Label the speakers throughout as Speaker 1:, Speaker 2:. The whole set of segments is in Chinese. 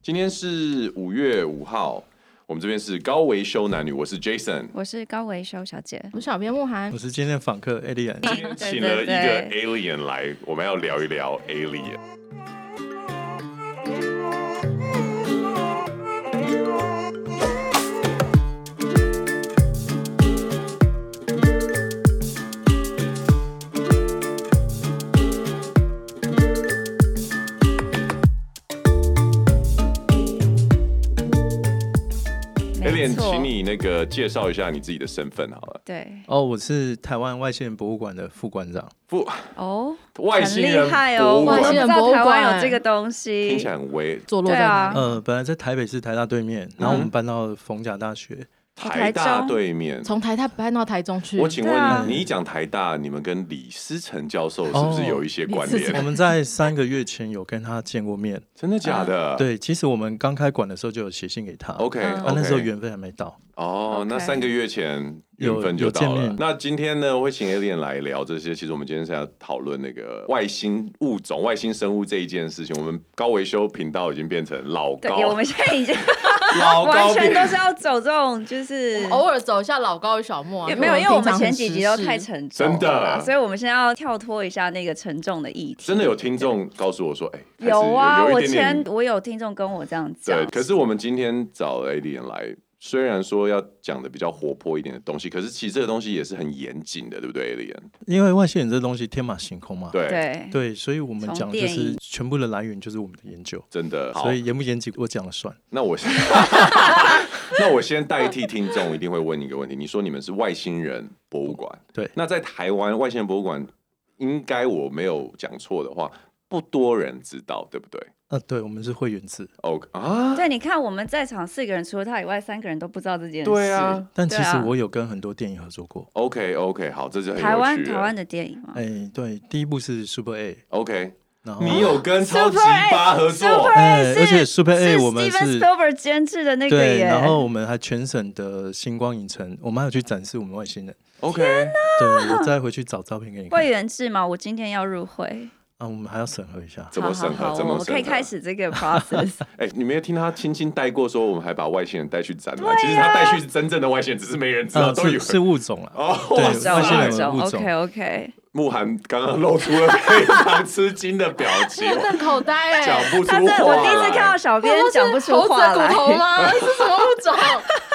Speaker 1: 今天是五月五号，我们这边是高维修男女，我是 Jason，
Speaker 2: 我是高维修小姐。
Speaker 3: 我们小编慕寒
Speaker 4: 我，是今天访客 a l i
Speaker 1: 今天请了一个 Alien 来，我们要聊一聊 Alien。
Speaker 2: 没
Speaker 1: Alien，
Speaker 2: 错，
Speaker 1: 请你那个介绍一下你自己的身份好了。
Speaker 2: 对
Speaker 4: 哦，我是台湾外县博物馆的副馆长。
Speaker 1: 不，
Speaker 2: 哦，
Speaker 1: 外
Speaker 2: 很
Speaker 1: 星
Speaker 2: 厉
Speaker 1: 人
Speaker 2: 害
Speaker 1: 博物
Speaker 2: 哦，我
Speaker 1: 馆
Speaker 2: 都不
Speaker 3: 外星
Speaker 2: 知
Speaker 3: 人
Speaker 2: 道
Speaker 3: 博物
Speaker 2: 台湾
Speaker 3: 馆
Speaker 2: 有这个东西。
Speaker 1: 听起来很威。
Speaker 3: 坐落在哪？
Speaker 2: 对啊
Speaker 3: 里？
Speaker 1: 嗯
Speaker 4: 呃，本来在台北市台大对面，然后我们搬到逢甲大学。
Speaker 1: 台大对面，
Speaker 3: 从台大搬到台中去。
Speaker 1: 我请
Speaker 2: 对啊
Speaker 1: 问你，你讲台大，你们跟李思成教授是不是
Speaker 4: 哦
Speaker 1: 有一些关
Speaker 3: 李思
Speaker 4: 我
Speaker 1: 联？
Speaker 3: 成
Speaker 4: 们在三个月前有跟他见过面。
Speaker 1: 真的假的？
Speaker 4: 啊 对，其实我们刚开馆的时候就有写信给他。
Speaker 1: 嗯，OK，
Speaker 2: 嗯
Speaker 4: 他那时候
Speaker 1: OK
Speaker 4: 缘分还没到。
Speaker 1: 哦，那
Speaker 2: OK
Speaker 1: 三个月前
Speaker 4: 有
Speaker 1: 缘分就到
Speaker 4: 有见
Speaker 1: 了
Speaker 4: 面。
Speaker 1: 那今天呢，我会请 Alien 来聊这些。其实我们今天是要讨论那个外星物种、外星生物这一件事情。我们高维修频道已经变成老
Speaker 2: 对
Speaker 1: 高，，
Speaker 2: 我们现在已经
Speaker 1: 老
Speaker 2: 完
Speaker 1: 高
Speaker 2: 全
Speaker 1: 变
Speaker 2: 都是要走这种，就是
Speaker 3: 偶尔走一下老高与小莫啊，
Speaker 2: 也没有，因为我们前几集都
Speaker 3: 都
Speaker 2: 太沉重
Speaker 1: 真的
Speaker 2: 了啦，所以我们现在要跳脱一下那个沉重的议题。
Speaker 1: 真的有听众告诉我说，哎、开始
Speaker 2: 有啊，
Speaker 1: 有有
Speaker 2: 我
Speaker 1: 一点
Speaker 2: 前
Speaker 1: 点
Speaker 2: 我有听众跟我这样
Speaker 1: 对
Speaker 2: 讲。。
Speaker 1: 可是我们今天找 Alien 来，虽然说要讲的比较活泼一点的东西，可是其实这个东西也是很严谨的，对不对，Alien？
Speaker 4: 因为外星人这东西天马行空嘛。
Speaker 1: 对，
Speaker 2: 对
Speaker 4: 对，所以我们讲
Speaker 2: 从
Speaker 4: 的
Speaker 2: 电
Speaker 4: 就是
Speaker 2: 影
Speaker 4: 全部的来源就是我们的研究。
Speaker 1: 真的。好
Speaker 4: 所，以严不严谨，我讲了算。
Speaker 1: 那我先， 那我先代替听众一定会问一个问题：你说你们是外星人博物馆，
Speaker 4: 对
Speaker 1: 那在台湾外星人博物馆，应该我没有讲错的话，不多人知道，对不对
Speaker 4: 呃，对，我们是会员制，
Speaker 1: ？OK 啊，
Speaker 2: 对，你看我们在场四个人，除了他以外，三个人都不知道这件事。
Speaker 1: 对啊
Speaker 4: 但其
Speaker 2: 对
Speaker 4: 实
Speaker 2: 啊
Speaker 4: 我有跟很多电影合作过。
Speaker 1: ，OK OK，好，这就很有
Speaker 2: 台湾
Speaker 1: 趣了
Speaker 2: 台湾的电影嘛，
Speaker 4: 哎，对，第一部是 Super A，
Speaker 1: OK，
Speaker 4: 然后
Speaker 1: 你有跟超级
Speaker 2: Super A，
Speaker 1: 八合作
Speaker 2: Super
Speaker 4: 哎，
Speaker 2: 是
Speaker 4: 而且 Super
Speaker 2: 是
Speaker 4: A 我们
Speaker 2: Steven
Speaker 4: 是
Speaker 2: Spielberg 监制的那个
Speaker 4: 对，
Speaker 2: 耶。
Speaker 4: 然后我们还全省的星光影城，我们还有去展示我们外星人。
Speaker 1: ？OK，
Speaker 4: 对，我再回去找照片给你看
Speaker 2: 会。员制嘛，我今天要入会。
Speaker 4: 啊，我们还要审核一下。
Speaker 1: 怎么审核？
Speaker 2: 好好
Speaker 1: 怎
Speaker 2: 好我
Speaker 1: 么
Speaker 2: 们
Speaker 1: 审
Speaker 2: 可以
Speaker 1: 核
Speaker 2: 开？始这 个 process。
Speaker 1: 哎，你没有听他轻轻带过说，我们还把外星人带去展
Speaker 2: 啊
Speaker 1: 览，其实他带去是真正的外星人，只是没人知道，
Speaker 4: 啊，
Speaker 1: 都以为
Speaker 4: 是是物种了。
Speaker 1: 哦，
Speaker 4: 对
Speaker 1: 哇
Speaker 4: 外星
Speaker 1: 塞
Speaker 4: 人！的物种
Speaker 2: OK OK，
Speaker 1: 慕寒刚刚露出了非常吃惊的表 情，
Speaker 3: 目瞪口呆
Speaker 1: 讲
Speaker 3: 哎。
Speaker 1: 不出
Speaker 2: 他
Speaker 1: 话
Speaker 2: 这我第一次
Speaker 1: 来
Speaker 2: 看到小编
Speaker 3: 那
Speaker 2: 讲不
Speaker 3: 是
Speaker 2: 出
Speaker 3: 猴子
Speaker 2: 话
Speaker 3: 的
Speaker 2: 来
Speaker 1: 哎
Speaker 3: 骨。头 吗？是什么物种？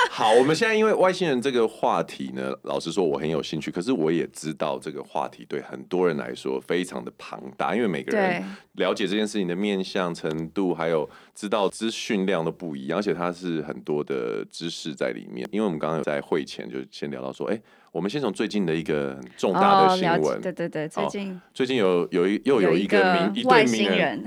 Speaker 1: 好，我们现在因为外星人这个话题呢，老实说我很有兴趣，可是我也知道这个话题对很多人来说非常的庞大，因为每个人
Speaker 2: 对
Speaker 1: 了解这件事情的面向程度，还有知道资讯量都不一样，而且它是很多的知识在里面。因为我们刚刚有在会前就先聊到说，哎、我们先从最近的一个很重大的
Speaker 2: 哦，
Speaker 1: 新
Speaker 2: 了解
Speaker 1: 闻，，
Speaker 2: 对对对，最
Speaker 1: 好
Speaker 2: 近
Speaker 1: 最近有有一又有
Speaker 2: 一
Speaker 1: 一个名一对
Speaker 2: 外
Speaker 1: 名
Speaker 2: 星
Speaker 1: 人，
Speaker 2: 人，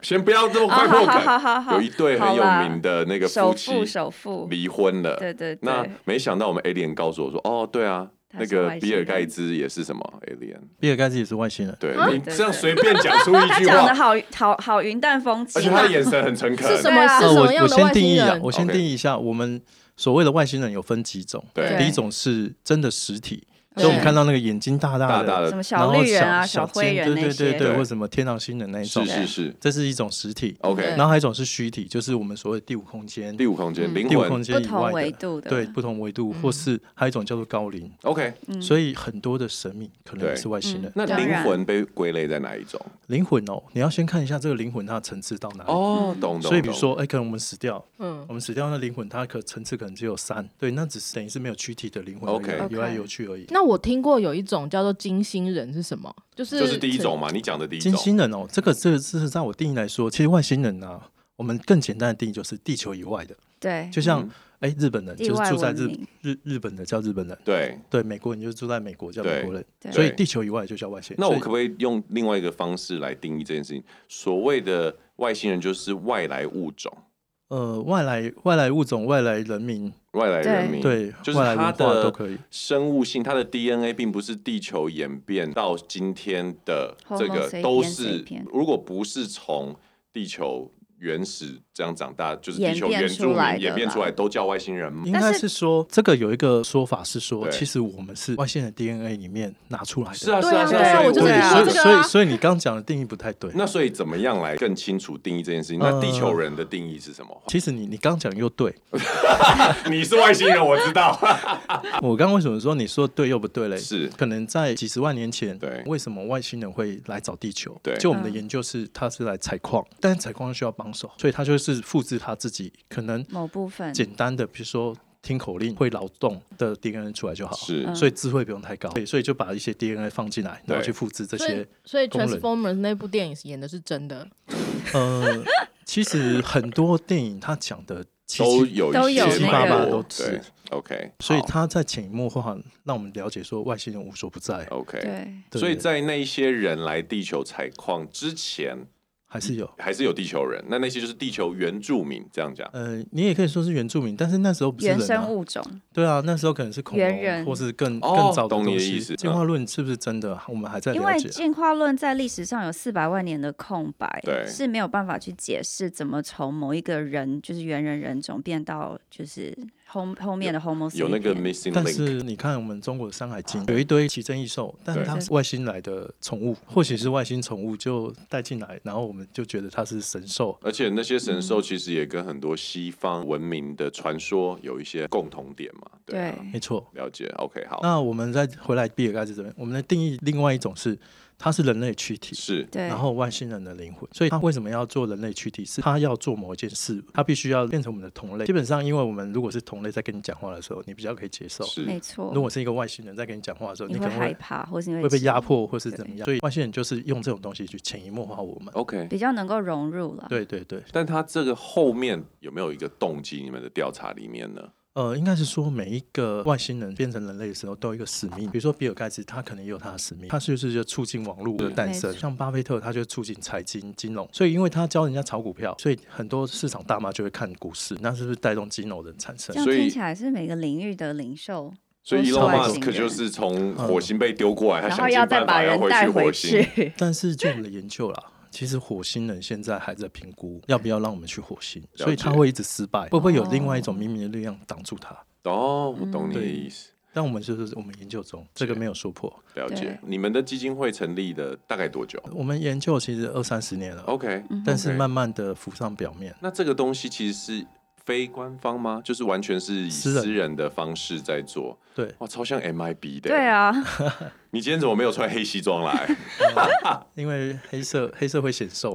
Speaker 1: 先不要这么快
Speaker 2: 啊好
Speaker 1: 破
Speaker 2: 好
Speaker 1: 梗，
Speaker 2: 好好好
Speaker 1: 有一对很
Speaker 2: 好
Speaker 1: 有
Speaker 2: 啦
Speaker 1: 名的那个夫
Speaker 2: 首
Speaker 1: 妻
Speaker 2: 富首富，
Speaker 1: 离婚了，
Speaker 2: 对对对
Speaker 1: 那，没想到我们 Alien 告诉我说，哦，对啊，
Speaker 2: 他
Speaker 1: 那
Speaker 2: 是
Speaker 1: 个
Speaker 2: 外星
Speaker 1: 比尔
Speaker 2: 人
Speaker 1: 盖茨也是什么 Alien，
Speaker 4: 比尔盖茨也是外星人。
Speaker 1: 对
Speaker 3: 啊
Speaker 1: 你
Speaker 2: 对
Speaker 1: 这样
Speaker 2: 对
Speaker 1: 随便讲出一
Speaker 2: 他
Speaker 1: 句
Speaker 2: 讲的
Speaker 1: 话，
Speaker 2: 好好好云淡风
Speaker 1: 而且
Speaker 2: 轻
Speaker 1: 他
Speaker 2: 啊
Speaker 1: 的，眼神很诚恳，
Speaker 3: 是什
Speaker 2: 对
Speaker 3: 么？
Speaker 2: 啊
Speaker 3: 是
Speaker 4: 呃，
Speaker 3: 什
Speaker 4: 我
Speaker 3: 么样
Speaker 4: 我
Speaker 3: 的外
Speaker 4: 先定
Speaker 3: 星
Speaker 4: 义啊，
Speaker 3: 人？
Speaker 4: 我先
Speaker 1: OK
Speaker 4: 定义一下，我们所谓的外星人有分几种。
Speaker 1: 对
Speaker 4: 第一种是真的实体，
Speaker 3: 对
Speaker 4: 所以我们看到那个眼睛大
Speaker 1: 大
Speaker 4: 大
Speaker 1: 大的
Speaker 4: 的，
Speaker 2: 什么
Speaker 4: 然
Speaker 2: 小
Speaker 4: 后
Speaker 2: 绿人啊、小
Speaker 4: 小
Speaker 2: 灰
Speaker 4: 尖
Speaker 2: 人那
Speaker 4: 对对对
Speaker 2: 些，
Speaker 4: 对，
Speaker 1: 对
Speaker 4: 或什么天狼星人那一种
Speaker 1: 是。是是
Speaker 4: 这是一种实体。
Speaker 1: ，OK，
Speaker 3: 对
Speaker 4: 然后还有一种是虚体，就是我们所谓的第五空间。
Speaker 1: 第五空间
Speaker 2: 嗯
Speaker 1: 灵
Speaker 4: 第五空
Speaker 1: 魂
Speaker 4: 间
Speaker 2: 不
Speaker 4: 以外
Speaker 2: 同维度的，
Speaker 4: 对不同维度，或是还有一种叫做高龄，
Speaker 1: ，OK，
Speaker 2: 嗯
Speaker 4: 所以很多的神明可能
Speaker 1: 对嗯
Speaker 4: 也是外星人。
Speaker 1: 那
Speaker 2: 当
Speaker 1: 灵
Speaker 2: 然
Speaker 1: 魂被归类在哪一种？
Speaker 4: 灵魂哦，你要先看一下这个灵魂它的层次到哪里。
Speaker 1: 哦，懂懂，
Speaker 4: 所以比如
Speaker 1: 懂
Speaker 4: 说，哎、可能我们死掉，
Speaker 3: 嗯
Speaker 4: 我，们死掉，那灵魂它可层次可能只有三，对，那只是等于是没有躯体的灵魂而已
Speaker 1: OK
Speaker 4: 游来游去而已。
Speaker 3: 那我听过有一种叫做金星人是什么？就是
Speaker 1: 这是第一种嘛，你讲的第一
Speaker 4: 金
Speaker 1: 种，
Speaker 4: 星人哦，这个这个事实上我定义来说，其实外星人啊，我们更简单的定义就是地球以外的，
Speaker 2: 对，
Speaker 4: 就像
Speaker 1: 嗯
Speaker 4: 哎、日本人
Speaker 2: 意
Speaker 4: 就是
Speaker 2: 外
Speaker 4: 住在
Speaker 2: 文
Speaker 4: 日
Speaker 2: 明，
Speaker 4: 日日本的叫日本人，
Speaker 1: 对。
Speaker 4: 对，美国人就是住在美国叫
Speaker 1: 对
Speaker 4: 美国人，
Speaker 2: 对
Speaker 4: 所以地球以外就叫外星人。
Speaker 1: 那我
Speaker 4: 所以
Speaker 1: 可不可以用另外一个方式来定义这件事情？所谓的外星人就是外来物种、
Speaker 4: 呃，外来外来物种、外来人民，
Speaker 1: 外来人民，
Speaker 4: 对，
Speaker 1: 嗯就是
Speaker 4: 外来
Speaker 1: 它
Speaker 4: 文化
Speaker 1: 的
Speaker 4: 都可以。
Speaker 1: 生物性，它的 DNA 并不是地球演变到今天的这
Speaker 2: Homo
Speaker 1: 个
Speaker 2: sapiens
Speaker 1: 都是
Speaker 2: sapiens，
Speaker 1: 如果不是从地球原始这样长大，就是
Speaker 2: 演
Speaker 1: 地球
Speaker 2: 变
Speaker 1: 原
Speaker 2: 出
Speaker 1: 住
Speaker 2: 来
Speaker 1: 民
Speaker 2: 的
Speaker 1: 演变
Speaker 2: 啦
Speaker 1: 出来都叫外星人吗？
Speaker 4: 应
Speaker 2: 但
Speaker 4: 该
Speaker 2: 是
Speaker 4: 是说这个有一个说法是说，
Speaker 1: 对
Speaker 4: 其实我们是外星人 DNA 里面拿出来的。
Speaker 1: 是啊，
Speaker 3: 对
Speaker 1: 是啊，
Speaker 3: 啊
Speaker 1: 是
Speaker 2: 对啊
Speaker 1: 啊，
Speaker 2: 我就
Speaker 1: 所以
Speaker 2: 是
Speaker 1: 我
Speaker 2: 说
Speaker 4: 所
Speaker 1: 就
Speaker 4: 以
Speaker 3: 这个啊
Speaker 4: 所以所以你刚讲的定义不太对。
Speaker 1: 那所以怎么样来更清楚定义这件事情？那地球人的定义是什么？
Speaker 4: 其实你你刚讲又对，
Speaker 1: 你是外星人，我知道。
Speaker 4: 我刚刚为什么说你说对又不对嘞？
Speaker 1: 是
Speaker 4: 可能在几十万年前，
Speaker 1: 对
Speaker 4: 为什么外星人会来找地球？
Speaker 1: 对
Speaker 4: 就我们的
Speaker 2: 嗯
Speaker 4: 研究是他是来采矿，但是采矿需要帮手，所以他就是复制他自己可能
Speaker 2: 某部分
Speaker 4: 简单的，比如说听口令会劳动的 DNA 出来就好，
Speaker 1: 是
Speaker 2: 嗯
Speaker 4: 所以智慧不用太高，对，所以就把一些 DNA 放进来，然后
Speaker 1: 对
Speaker 4: 去复制这
Speaker 3: 所以
Speaker 4: 些。
Speaker 3: 所以
Speaker 4: 工人
Speaker 3: Transformers 那部电影演的是真的，
Speaker 4: 呃，其实很多电影它讲的七
Speaker 1: 都
Speaker 4: 七，
Speaker 1: 有
Speaker 2: 都
Speaker 1: 一
Speaker 2: 有
Speaker 1: 些
Speaker 2: 那
Speaker 1: 脉
Speaker 2: 个
Speaker 1: 络
Speaker 4: 都是
Speaker 1: 对，OK，
Speaker 4: 所以
Speaker 1: 好
Speaker 4: 它在潜移默化让我们了解说外星人无所不在，
Speaker 1: OK，
Speaker 2: 对，
Speaker 4: 对
Speaker 1: 所以
Speaker 4: 对
Speaker 1: 在那一些人来地球采矿之前，
Speaker 4: 还是有。
Speaker 1: 还是有地球人，那那些就是地球原住民，这样讲。
Speaker 4: 呃，你也可以说是原住民，但是那时候不是人、
Speaker 2: 原
Speaker 4: 啊、
Speaker 2: 生物种
Speaker 4: 对啊，那时候可能是恐
Speaker 2: 猿人
Speaker 4: 龙，或是更
Speaker 1: 哦
Speaker 4: 更早的
Speaker 1: 懂你
Speaker 4: 东
Speaker 1: 的
Speaker 4: 西。
Speaker 1: 意思
Speaker 4: 进化论是不是真的？我们还在
Speaker 2: 因
Speaker 4: 了
Speaker 2: 为
Speaker 4: 解。
Speaker 2: 进化论在历史上有四百万年的空白
Speaker 4: 嗯
Speaker 1: 对，
Speaker 2: 是没有办法去解释怎么从某一个人就是猿人人种变到就是后后面的 Homo
Speaker 1: 有那个
Speaker 2: sapien
Speaker 1: missing
Speaker 4: 但
Speaker 1: link，啊
Speaker 4: 是你看，我们中国的《山海经》有一堆奇珍异兽，但是
Speaker 1: 对
Speaker 4: 它是外星来的宠物，或许是外星宠物就带进来，然后我们就觉得它是神兽。
Speaker 1: 而且那些神兽其实也跟很多西方文明的传说有一些共同点嘛。对啊，
Speaker 2: 对
Speaker 4: 没错。
Speaker 1: 了解。OK，好，
Speaker 4: 那我们再回来比尔盖茨这边，我们的定义另外一种是，它是人类躯体，
Speaker 1: 是
Speaker 2: 对，
Speaker 4: 然后外星人的灵魂，所以他为什么要做人类躯体？是他要做某一件事，他必须要变成我们的同类。基本上，因为我们如果是同类在跟你讲话的时候，你比较可以接受；
Speaker 2: 没
Speaker 1: 是，
Speaker 2: 错
Speaker 4: 如，果是一个外星人在跟你讲话的时候，
Speaker 2: 你
Speaker 4: 可
Speaker 2: 会
Speaker 4: 能
Speaker 2: 害
Speaker 4: 会
Speaker 2: 怕，或是你
Speaker 4: 会被
Speaker 2: 气
Speaker 4: 压迫或是怎
Speaker 2: 对哦
Speaker 4: 么样。所以外星人就是用这种东西去潜移默化我们。
Speaker 1: OK。
Speaker 2: 比较能够融入了。
Speaker 4: 对对对，
Speaker 1: 但他这个后面有没有一个动机？你们的调查里面呢？
Speaker 4: 呃，应该是说每一个外星人变成人类的时候都有一个使命，比如说比尔盖茨，他可能也有他的使命，他就是就促进网络的诞生
Speaker 2: 没，错
Speaker 4: 像巴菲特他就促进财经金融，所以因为他教人家炒股票，所以很多市场大妈就会看股市，那是不是带动金融的产生
Speaker 2: 这？样
Speaker 1: 所以
Speaker 2: 听起来是每个领域的领袖，
Speaker 1: 所以
Speaker 2: 都
Speaker 1: Elon
Speaker 2: 是外星
Speaker 1: Musk
Speaker 2: 人
Speaker 1: 就是从火星被丢过来，他
Speaker 2: 然
Speaker 1: 想
Speaker 2: 后
Speaker 1: 尽
Speaker 2: 要
Speaker 1: 办
Speaker 2: 再
Speaker 1: 法
Speaker 2: 把
Speaker 1: 要
Speaker 2: 人
Speaker 1: 回
Speaker 2: 带
Speaker 1: 去火星。
Speaker 2: 去。
Speaker 4: 但是就我们的研究啦，其实火星人现在还在评估要不要让我们去火星，
Speaker 1: 解
Speaker 4: 所以他会一直失败，会不会有另外一种
Speaker 2: 哦
Speaker 4: 秘密的力量挡住他？
Speaker 1: 哦，我懂你的
Speaker 4: 对
Speaker 1: 意思，
Speaker 4: 但我们就是我们研究中这个没有说破，
Speaker 1: 了解
Speaker 2: 对。
Speaker 1: 你们的基金会成立的大概多久
Speaker 4: 我们研究其实二三十年了。
Speaker 1: ？OK，
Speaker 2: 嗯
Speaker 4: 但是
Speaker 1: 哦 OK
Speaker 4: 慢慢的浮上表面，
Speaker 1: 那这个东西其实是非官方吗？就是完全是以
Speaker 4: 私人
Speaker 1: 私人的方式在做。
Speaker 4: 对，
Speaker 1: 哇，超像 MIB 的。欸
Speaker 2: 对，啊，
Speaker 1: 你今天怎么没有穿黑西装 来
Speaker 4: 因为 黑色黑色会显瘦，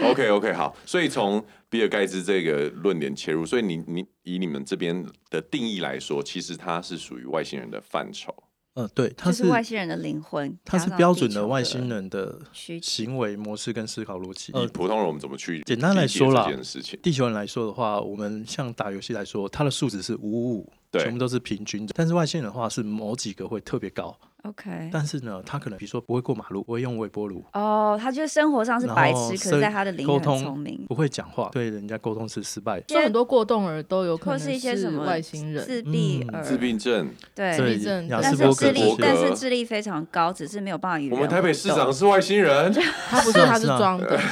Speaker 1: ？OK OK，好。所以从比尔盖茨这个论点切入，所以你你以你们这边的定义来说，其实它是属于外星人的范畴。
Speaker 4: 嗯，对，它
Speaker 2: 就是
Speaker 4: 是
Speaker 2: 外星人的灵魂，
Speaker 4: 它是
Speaker 2: 加上
Speaker 4: 标准
Speaker 2: 地球
Speaker 4: 的外星
Speaker 2: 的
Speaker 4: 人的
Speaker 2: 躯体。
Speaker 4: 行为模式跟思考逻辑。
Speaker 1: 以
Speaker 4: 呃，
Speaker 1: 普通人我们怎么去
Speaker 4: 简单来说啦
Speaker 1: 理解这件事情？
Speaker 4: 地球人来说的话，我们像打游戏来说，它的数值是五五五，
Speaker 1: 对
Speaker 4: 全部都是平均的。但是外星人的话是某几个会特别高，
Speaker 2: OK，
Speaker 4: 但是呢，他可能比如说不会过马路，不会用微波炉，
Speaker 2: 哦，他就是生活上是白
Speaker 4: 然后
Speaker 2: 痴，可
Speaker 4: 生
Speaker 2: 是在他的领域
Speaker 4: 沟
Speaker 2: 很
Speaker 4: 通
Speaker 2: 聪明，
Speaker 4: 不会讲话，对人家沟通是失败。
Speaker 3: 就很多过动儿都有可
Speaker 2: 或
Speaker 3: 能
Speaker 2: 是一些什么
Speaker 3: 外星人。
Speaker 2: 自闭
Speaker 4: 嗯
Speaker 2: 儿，
Speaker 1: 自闭症，
Speaker 4: 对
Speaker 2: 对，
Speaker 3: 自闭症
Speaker 4: 雅
Speaker 2: 但
Speaker 4: 斯
Speaker 2: 是
Speaker 4: 伯
Speaker 2: 智
Speaker 4: 格
Speaker 2: 力
Speaker 4: 这
Speaker 1: 伯，格
Speaker 4: 些
Speaker 2: 但是智力非常高，只是没有办法与
Speaker 1: 我
Speaker 2: 人
Speaker 1: 们台北市
Speaker 2: 互动
Speaker 1: 长是外星 人，
Speaker 3: 他不是，
Speaker 4: 是啊
Speaker 3: 他是
Speaker 4: 是啊
Speaker 3: 装的。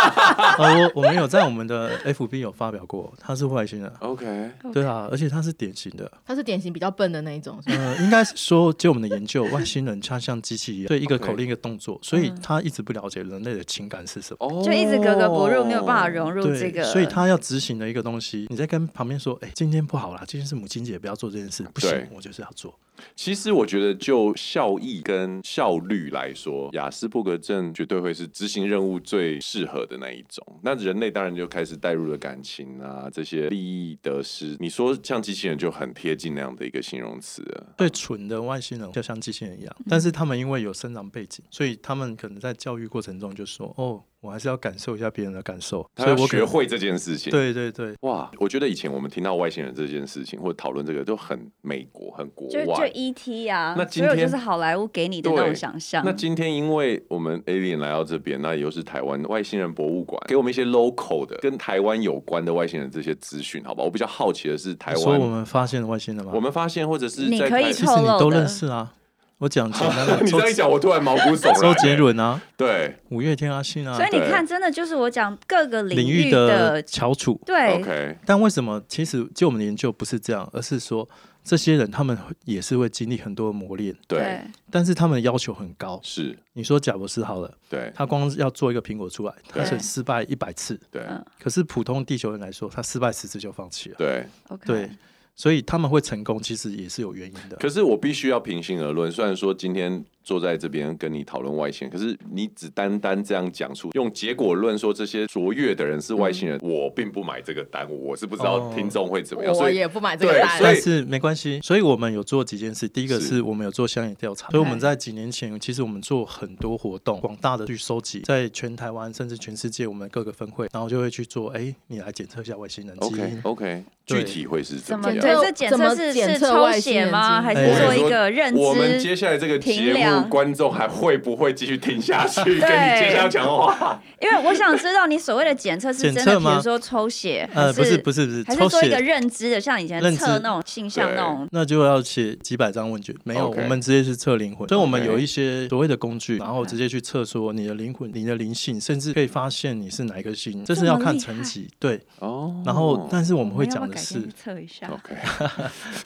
Speaker 4: 呃，我我们有在我们的 FB 有发表过，他是外星人，
Speaker 1: OK，
Speaker 4: 对啊，而且他是典型的，
Speaker 3: 他是典型比较笨的那一种，是吗
Speaker 4: 呃，应该是说，就我们的研究，外星人他像机器一样，对一个
Speaker 1: OK
Speaker 4: 口令一个动作，所以
Speaker 2: 嗯
Speaker 4: 他一直不了解人类的情感是什么。
Speaker 1: 哦，
Speaker 2: 就一直格格不入，没有办法融入这
Speaker 4: 哦对，
Speaker 2: 个，
Speaker 4: 所以他要执行的一个东西，你在跟旁边说，哎、今天不好啦，今天是母亲节，不要做这件事，不行
Speaker 1: 对，
Speaker 4: 我就是要做。
Speaker 1: 其实我觉得，就效益跟效率来说，雅斯伯格症绝对会是执行任务最适合的那一种。那人类当然就开始带入了感情啊，这些利益得失。你说像机器人就很贴近那样的一个形容词啊了。
Speaker 4: 对蠢的外星人就像机器人一样，但是他们因为有生长背景，所以他们可能在教育过程中就说，哦，我还是要感受一下别人的感受，
Speaker 1: 他
Speaker 4: 所以
Speaker 1: 要
Speaker 4: 我可
Speaker 1: 学
Speaker 4: 能。
Speaker 1: 会这件事情。
Speaker 4: 对对对，
Speaker 1: 哇，我觉得以前我们听到外星人这件事情，或者讨论这个，都很美国、很国
Speaker 2: 就就
Speaker 1: 外。
Speaker 2: ET 呀
Speaker 1: 那，今
Speaker 2: 所有
Speaker 1: 天
Speaker 2: 就是好莱坞给你的那
Speaker 1: 对
Speaker 2: 种想象
Speaker 1: 那。今天因为我们 Alien 来到这边，那也就是台湾外星人博物馆，给我们一些 local 的跟台湾有关的外星人这些资讯，好吧？我比较好奇的是台
Speaker 4: 说
Speaker 1: 湾
Speaker 4: 我们发现了外星人吗？
Speaker 1: 我们发现，或者是
Speaker 2: 你
Speaker 1: 在
Speaker 2: 可以
Speaker 1: 台
Speaker 4: 其
Speaker 2: 从
Speaker 4: 实你
Speaker 2: 透露
Speaker 4: 都
Speaker 2: 的
Speaker 4: 认识啊，我讲简单的，
Speaker 1: 你这
Speaker 4: 周
Speaker 1: 样一讲，我突然毛骨悚然。
Speaker 4: 周杰，伦啊，
Speaker 1: 对
Speaker 4: 五月天阿信啊
Speaker 2: 所，以你
Speaker 1: 对
Speaker 2: 看，真的就是我讲各个
Speaker 4: 领
Speaker 2: 域
Speaker 4: 域的翘楚。
Speaker 2: 对
Speaker 1: ，OK，
Speaker 4: 但为什么？其实就我们的研究不是这样，而是说这些人他们也是会经历很多的磨练，
Speaker 1: 对，
Speaker 4: 但是他们的要求很高。
Speaker 1: 是，
Speaker 4: 你说贾博士好了，
Speaker 1: 对，
Speaker 4: 他光要做一个苹果出来，他是失败一百次，
Speaker 1: 对，
Speaker 2: 嗯
Speaker 4: 可是普通地球人来说，他失败十次就放弃了。
Speaker 1: 对。
Speaker 2: ，OK，
Speaker 4: 对，所以他们会成功，其实也是有原因的。
Speaker 1: 可是我必须要平心而论，虽然说今天坐在这边跟你讨论外线，可是你只单单这样讲出，用结果论说这些卓越的人是外星人，我并不买这个单，我是不知道
Speaker 4: 嗯哦
Speaker 1: 听众会怎么样，
Speaker 3: 我
Speaker 1: 所以
Speaker 3: 也不买这个
Speaker 1: 对所以
Speaker 3: 单。
Speaker 4: 但是没关系，所以我们有做几件事。第一个
Speaker 1: 是
Speaker 4: 是我们有做乡野调查，所以我们在几年前，其实我们做很多活动，广大的去收集，在全台湾甚至全世界我们各个分会，然后就会去做，哎，你来检测一下外星人基
Speaker 1: OK
Speaker 2: 嗯
Speaker 4: 因。
Speaker 1: OK，具
Speaker 4: 对
Speaker 1: 体会是怎
Speaker 2: 怎
Speaker 1: 么
Speaker 2: 么
Speaker 1: 样？
Speaker 2: 对
Speaker 3: 样
Speaker 2: 这检
Speaker 3: 怎
Speaker 2: 测
Speaker 3: 么
Speaker 2: 是
Speaker 3: 检
Speaker 2: 是
Speaker 3: 测
Speaker 2: 抽
Speaker 3: 外星
Speaker 2: 血
Speaker 3: 人
Speaker 2: 吗？
Speaker 3: 基因
Speaker 2: 还是
Speaker 4: 哎
Speaker 2: 做一
Speaker 1: 我
Speaker 2: 个认
Speaker 1: 我们接
Speaker 2: 知？
Speaker 1: 下来这个节
Speaker 2: 评
Speaker 1: 目，
Speaker 2: 量
Speaker 1: 观众还会不会继续听下去？跟你
Speaker 2: 对
Speaker 1: 接下来讲的话，
Speaker 2: 因为我想知道你所谓的检测是
Speaker 4: 检
Speaker 2: 真
Speaker 4: 测
Speaker 2: 的，比如
Speaker 4: 吗
Speaker 2: 说抽血，
Speaker 4: 呃，不
Speaker 2: 还
Speaker 4: 是不是不是，
Speaker 2: 还
Speaker 4: 抽
Speaker 2: 是做一个
Speaker 4: 血
Speaker 2: 认知的，像以前
Speaker 4: 认
Speaker 2: 测
Speaker 4: 知
Speaker 2: 那种性向那种，
Speaker 4: 那就要写几百张问卷，没有
Speaker 1: OK
Speaker 4: 我们直接是测灵魂，所以我们
Speaker 1: OK
Speaker 4: 有一些所谓的工
Speaker 2: 嗯
Speaker 4: 具，然后直接去测说你的灵魂、你的灵性，甚至可以发现你是哪一个星，这是要看层级。对，
Speaker 1: 哦
Speaker 4: 然后但是我们会
Speaker 2: 要
Speaker 4: 讲
Speaker 2: 不要
Speaker 4: 的
Speaker 2: 改
Speaker 4: 是
Speaker 2: 天去，测一下。
Speaker 1: OK，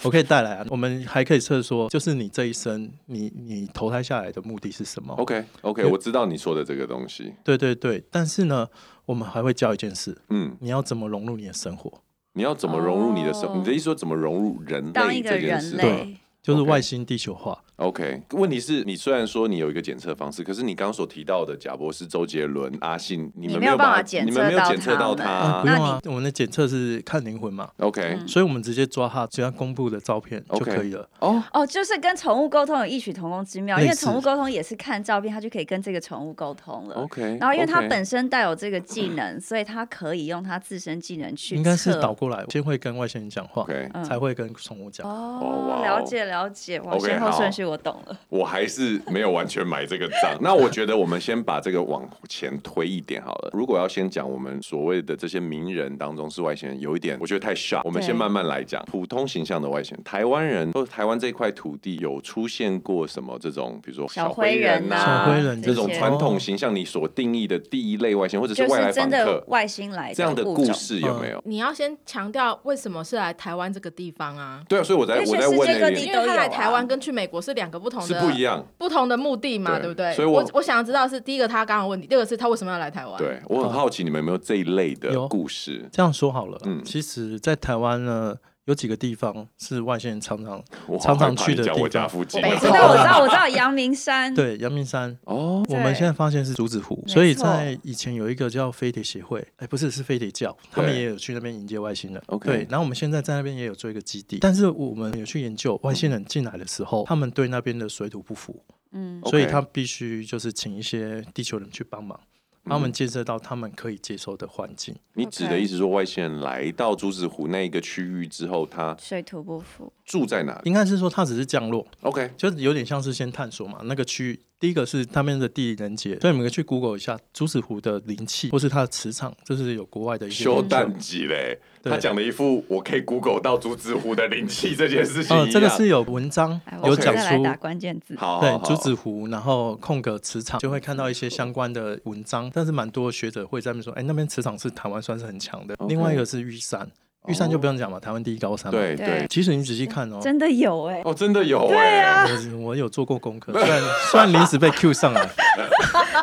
Speaker 4: 我可以带来啊，我们还可以测说，就是你这一生，你你投胎下来的目的是什么？
Speaker 1: OK OK，我知道你说的这个东西。
Speaker 4: 对对对，但是呢，我们还会教一件事，
Speaker 1: 嗯，
Speaker 4: 你要怎么融入你的生活，
Speaker 1: 你要怎么融入你的生？
Speaker 2: 哦
Speaker 1: 你的意思说怎么融入人
Speaker 2: 当
Speaker 1: 类
Speaker 2: 一个
Speaker 1: 这件
Speaker 2: 人
Speaker 1: 事？
Speaker 2: 类，
Speaker 4: 就是
Speaker 1: OK
Speaker 4: 外星地球化。
Speaker 1: OK，问题是你虽然说你有一个检测方式，可是你刚所提到的贾博士、周杰伦、阿信，你们
Speaker 2: 你没
Speaker 1: 没有
Speaker 2: 有办
Speaker 1: 把
Speaker 2: 法检
Speaker 1: 你们没有
Speaker 2: 测到
Speaker 1: 检测
Speaker 2: 他嗯
Speaker 1: 到
Speaker 2: 们
Speaker 1: 他
Speaker 4: 啊，
Speaker 1: 啊
Speaker 4: 不。用啊，我们的检测是看灵魂嘛，
Speaker 1: OK，
Speaker 2: 嗯
Speaker 4: 所以我们直接抓他，只要公布的照片就
Speaker 1: OK
Speaker 4: 可以了。
Speaker 1: 哦，
Speaker 2: 哦，就是跟宠物沟通有异曲同工之妙，因
Speaker 4: 类
Speaker 2: 为
Speaker 4: 似
Speaker 2: 宠物沟通也是看照片，它就可以跟这个宠物沟通了。
Speaker 1: OK，
Speaker 2: 然后，因为它
Speaker 1: 哦 OK
Speaker 2: 本身带有这个技能，所以它可以用它自身技能去
Speaker 4: 应该是
Speaker 2: 测哦
Speaker 4: 倒过来，先会跟外星人讲话
Speaker 1: OK，
Speaker 2: 嗯
Speaker 4: 才会跟宠物讲。
Speaker 1: 哦哇
Speaker 2: 哦
Speaker 1: 哦，
Speaker 2: 了解了解，哇，
Speaker 1: OK，
Speaker 2: 先后
Speaker 1: 好
Speaker 2: 顺序我懂了。
Speaker 1: 我还是没有完全买这个账。那我觉得我们先把这个往前推一点好了。如果要先讲我们所谓的这些名人当中是外星人，有一点我觉得太 shock。我们
Speaker 2: 对
Speaker 1: 先慢慢来讲，普通形象的外星人，台湾人或者台湾这块土地有出现过什么这种，比如说
Speaker 2: 小
Speaker 1: 灰
Speaker 2: 灰人啊
Speaker 1: 呐、
Speaker 4: 小灰人
Speaker 1: 这
Speaker 4: 这
Speaker 1: 种
Speaker 2: 些
Speaker 1: 传统形象，你所定义的第一类外星人，或者
Speaker 2: 就
Speaker 1: 外来
Speaker 2: 是
Speaker 1: 访
Speaker 2: 真的
Speaker 1: 客
Speaker 2: 外星来
Speaker 1: 这样的
Speaker 2: 物
Speaker 1: 故
Speaker 2: 种
Speaker 1: 事有没有？
Speaker 4: 嗯
Speaker 3: 你要先强调为什么是来台湾这个地方啊？
Speaker 1: 对啊，所以我在
Speaker 2: 因为
Speaker 1: 我
Speaker 2: 全
Speaker 1: 在
Speaker 2: 世
Speaker 1: 问
Speaker 2: 界
Speaker 1: 那
Speaker 2: 各
Speaker 1: 边
Speaker 2: 地
Speaker 3: 因
Speaker 2: 都
Speaker 3: 为他
Speaker 2: 有
Speaker 3: 来
Speaker 2: 啊
Speaker 3: 台湾跟去美国是两个不同
Speaker 1: 是
Speaker 3: 的
Speaker 1: 不一样。
Speaker 3: 不同的目的嘛，
Speaker 1: 对
Speaker 3: 对不对？
Speaker 1: 所以我
Speaker 3: 我我想知道是第一个他刚刚的问题，第二个是他为什么要来台湾？，
Speaker 1: 对我很好奇，你们有没有这一类的
Speaker 4: 嗯有
Speaker 1: 故事？
Speaker 4: 这样说好了，
Speaker 1: 嗯
Speaker 4: 其实，在台湾呢，有几个地方是外星人常常
Speaker 1: 我好
Speaker 4: 常常
Speaker 1: 害怕
Speaker 4: 去
Speaker 1: 你
Speaker 4: 的
Speaker 1: 讲
Speaker 4: 地
Speaker 1: 我家
Speaker 4: 方
Speaker 1: 附近啊
Speaker 3: 北
Speaker 2: 我
Speaker 3: 没
Speaker 2: 知
Speaker 3: 错
Speaker 2: 道，我知道，我知道，阳明山。
Speaker 4: 对阳明山。
Speaker 1: 哦，
Speaker 4: 我们现在发现是竹子湖，
Speaker 2: 嗯没
Speaker 4: 所以
Speaker 2: 错
Speaker 4: 在以前有一个叫飞碟协会，哎，不是是飞碟教，他们也有去那边迎接外星人。
Speaker 1: OK
Speaker 4: 对，然后我们现在在那边也有做一个基地，但是我们有去研究外星人进来的时候，他们对那边的水土不服，
Speaker 2: 嗯，
Speaker 1: OK
Speaker 4: 所以他必须就是请一些地球人去帮忙，帮我们建设到他们可以接受的环境。
Speaker 1: 你指的意思说，外星人来到竹子湖那一个区域之后，他
Speaker 2: 水土不服。
Speaker 1: 住在哪里
Speaker 4: 应该是说它只是降落，
Speaker 1: ？OK，
Speaker 4: 就是有点像是先探索嘛，那个区域。第一个是他们的地理连接，所以你们可以去 Google 一下竹子湖的灵气或是它的磁场，这是有国外的一些
Speaker 1: 修
Speaker 4: 研究
Speaker 1: 蛋级嘞。
Speaker 4: 对
Speaker 1: 他讲了一副我可以 Google 到竹子湖的灵气这件事情一
Speaker 4: 呃，
Speaker 1: 样。
Speaker 4: 这个是有文章
Speaker 2: 来，
Speaker 4: 有
Speaker 2: 哎我
Speaker 1: OK
Speaker 4: 讲
Speaker 2: 再来
Speaker 4: 出
Speaker 2: 打关键字。
Speaker 1: 好
Speaker 4: 对
Speaker 1: 好好
Speaker 4: 竹子湖，然后空格磁场，就会看到一些相关的文章。但是蛮多学者会在那边说，哎，那边磁场是台湾算是很强的。
Speaker 1: OK
Speaker 4: 另外一个是玉山，玉山就不用讲嘛，台湾第一高山。，
Speaker 1: 对
Speaker 2: 对
Speaker 1: 对
Speaker 4: 其实你仔细看哦，
Speaker 2: 真的有哎、
Speaker 1: 哦，真的有哎、
Speaker 2: 啊
Speaker 4: 我我有做过功课，虽然虽然临时被 Q 上来，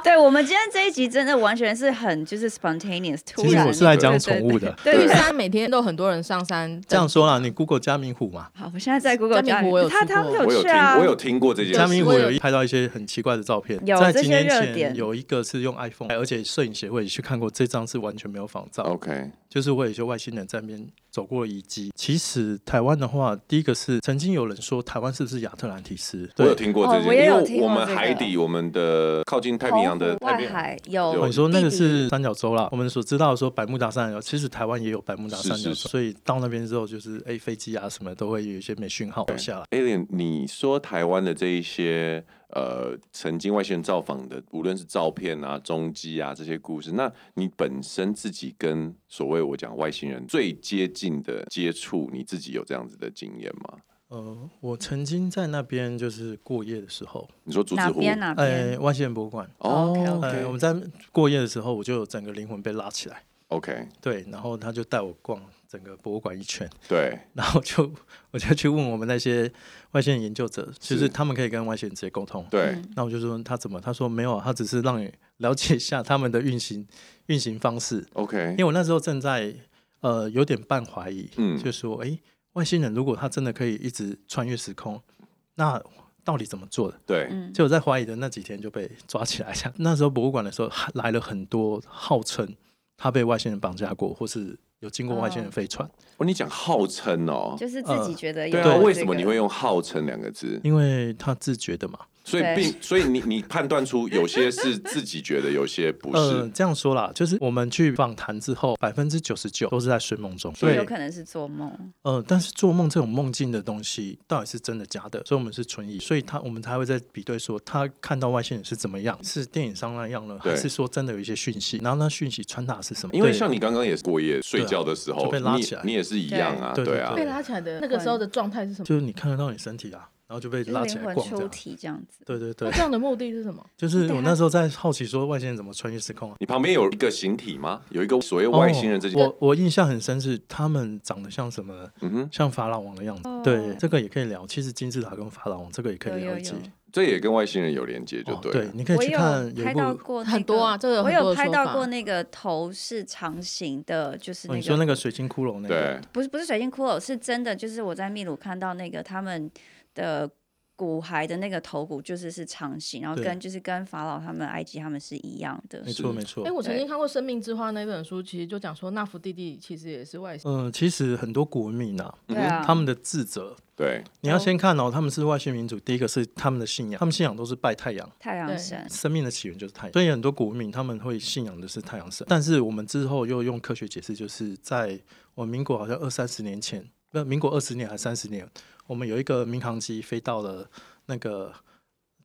Speaker 2: 对我们今天这一集真的完全是很就是 spontaneous，突
Speaker 4: 其
Speaker 2: 然。
Speaker 4: 实我是来讲宠物的。
Speaker 2: 对对
Speaker 3: 玉
Speaker 2: 对。
Speaker 3: 山每天都很多人上山，
Speaker 4: 这样说啦，你 Google 加明湖嘛，
Speaker 2: 好，我现在在 Google
Speaker 3: 嘉
Speaker 2: 家
Speaker 3: 明湖我有
Speaker 2: 他
Speaker 3: 去
Speaker 2: 他们
Speaker 3: 过
Speaker 1: 我有
Speaker 2: 去
Speaker 1: 听
Speaker 2: 啊，
Speaker 1: 我有听过这件
Speaker 4: 加
Speaker 1: 事
Speaker 4: 明。湖
Speaker 3: 我
Speaker 4: 有
Speaker 3: 有
Speaker 4: 一拍到一些很奇怪的照片。
Speaker 2: 有
Speaker 4: 在
Speaker 2: 这
Speaker 4: 几
Speaker 2: 些
Speaker 4: 年
Speaker 2: 热
Speaker 4: 前
Speaker 2: 点
Speaker 4: 有一个是用 iPhone，拍而且摄影协会也去看过，这张是完全没有仿照。
Speaker 1: OK，
Speaker 4: 就是会有一些外星人在那边走过的遗迹。其实台湾的话，第一个是曾经有人说台湾是不是亚特兰蒂斯？
Speaker 1: 我有
Speaker 4: 对，
Speaker 1: 听过这件，
Speaker 2: 哦我也有
Speaker 1: 因
Speaker 2: 听
Speaker 1: 为
Speaker 2: 过
Speaker 1: 我们
Speaker 2: 这个
Speaker 1: 海底，我们的靠近太平洋的
Speaker 2: 澎湖
Speaker 1: 太
Speaker 2: 哦外
Speaker 1: 平洋
Speaker 2: 海有
Speaker 1: 有
Speaker 4: 我哦说那个
Speaker 2: 弟弟
Speaker 4: 是三角洲啦。我们所知道说百慕达三角洲，其实台湾也有百慕达三角洲，
Speaker 1: 是是是
Speaker 4: 所以到那边之后，就是哎飞机啊什么都会有一些没讯号走下来。
Speaker 1: Alien，你说台湾的这一些呃曾经外星人造访的，无论是照片啊、踪迹啊这些故事，那你本身自己跟所谓我讲外星人最接近的接触，你自己有这样子的经验吗？
Speaker 4: 呃，我曾经在那边就是过夜的时候，
Speaker 1: 你说竹子
Speaker 2: 哪
Speaker 1: 湖？
Speaker 2: 边哪
Speaker 4: 哎，
Speaker 2: 边？
Speaker 4: 外县博物馆，
Speaker 1: 哦
Speaker 3: OK，OK
Speaker 4: 哎，我们在过夜的时候，我就整个灵魂被拉起来，
Speaker 1: OK，
Speaker 4: 对，然后他就带我逛整个博物馆一圈，
Speaker 1: 对，
Speaker 4: 然后就 我就去问我们那些外县研究者，就是
Speaker 1: 是
Speaker 4: 他们可以跟外县直接沟通，
Speaker 1: 对，
Speaker 2: 嗯
Speaker 4: 那我就说他怎么？他说没有啊，他只是让你了解一下他们的运行运行方式。
Speaker 1: OK，
Speaker 4: 因为我那时候正在呃有点半怀疑，
Speaker 1: 嗯
Speaker 4: 就说诶，外星人如果他真的可以一直穿越时空，那到底怎么做的？
Speaker 1: 对，
Speaker 2: 嗯，
Speaker 4: 结果在怀疑的那几天就被抓起来。 那时候博物馆的时候还来了很多号称他被外星人绑架过，或是有经过外星人飞船，
Speaker 1: 哦，你讲号称哦，
Speaker 2: 就是自己觉得有
Speaker 4: 呃
Speaker 1: 对
Speaker 2: 这
Speaker 1: 啊，
Speaker 2: 个。
Speaker 1: 为什么你会用号称两个字？
Speaker 4: 因为他自觉的嘛。
Speaker 1: 所以
Speaker 2: 对
Speaker 1: 并，所以你你判断出有些是自己觉得，有些不
Speaker 4: 呃，
Speaker 1: 是，
Speaker 4: 这样说啦，就是我们去访谈之后，百分之九十九都是在睡梦中，
Speaker 1: 所以
Speaker 2: 有可能是做梦？
Speaker 4: 呃，但是做梦这种梦境的东西到底是真的假的，所以我们是存疑，所以他我们才会在比对说他看到外星人是怎么样，是电影上那样呢，
Speaker 1: 对
Speaker 4: 还是说真的有一些讯息？然后那讯息传达是什么？
Speaker 1: 因为
Speaker 4: 对啊
Speaker 1: 像你刚刚也是过夜睡觉的时候，
Speaker 4: 就被拉
Speaker 1: 你
Speaker 4: 起来
Speaker 1: 你也是一样啊，
Speaker 4: 对对
Speaker 1: 对啊
Speaker 4: 对
Speaker 3: 被，拉起来的那个时候的状态是什么？
Speaker 4: 就是你看得到你身体啊，然后就被
Speaker 2: 就
Speaker 4: 拉
Speaker 2: 是
Speaker 4: 起
Speaker 2: 灵魂
Speaker 4: 来逛这
Speaker 2: 出
Speaker 4: 样。
Speaker 2: 体这样子。
Speaker 4: 对对 对
Speaker 3: 那这，样的目的是什么？
Speaker 4: 就是
Speaker 2: 对
Speaker 4: 我
Speaker 2: 啊
Speaker 4: 那时候在好奇说外星人怎么穿越时空啊。
Speaker 1: 你旁边有一个形体吗？有一个所谓外星人这件，
Speaker 4: 哦我我印象很深是他们长得像什么呢？
Speaker 1: 嗯哼，
Speaker 4: 像法老王的样子。
Speaker 2: 哦
Speaker 4: 对，这个也可以聊。其实金字塔跟法老王这个也可
Speaker 2: 有
Speaker 4: 以
Speaker 2: 有
Speaker 4: 聊一集。
Speaker 2: 有
Speaker 1: 这也跟外星人有连接，就
Speaker 4: 哦，
Speaker 1: 对了。
Speaker 4: 你可以
Speaker 2: 我
Speaker 4: 去看有
Speaker 2: 拍
Speaker 4: 一
Speaker 2: 到
Speaker 4: 部。
Speaker 2: 过那
Speaker 3: 很多啊，
Speaker 2: 个，
Speaker 3: 这个
Speaker 2: 我
Speaker 3: 很多
Speaker 2: 有
Speaker 3: 的
Speaker 2: 拍
Speaker 3: 说
Speaker 2: 到
Speaker 3: 法
Speaker 2: 过那个头是长形的，就是
Speaker 4: 哦
Speaker 2: 那
Speaker 4: 你说那
Speaker 2: 个
Speaker 4: 个水晶骷髅那个
Speaker 1: 对，
Speaker 2: 不是不是水晶骷髅，是真的，就是我在秘鲁看到那个他们的。骨骸的那个头骨就是是长形，然后
Speaker 4: 对
Speaker 2: 跟就是跟法老他们、埃及他们是一样的
Speaker 4: 没，错
Speaker 1: 是
Speaker 4: 没错。
Speaker 3: 哎、我曾经看过《生命之花》那本书，其实就讲说纳福弟弟其实也是外星。
Speaker 4: 嗯，其实很多古文明啊，
Speaker 2: 对
Speaker 1: 嗯
Speaker 2: 啊，
Speaker 4: 他们的自责，
Speaker 1: 对，
Speaker 4: 你要先看哦，他们是外星民族，第一个是他们的信仰，他们信仰都是拜太阳，
Speaker 2: 太阳
Speaker 3: 对
Speaker 2: 神，
Speaker 4: 生命的起源就是太阳，所以很多古文明他们会信仰的是太阳神。但是我们之后又用科学解释，就是在我们民国好像二三十年前，不，民国二十年还三十年，我们有一个民航机飞到了那个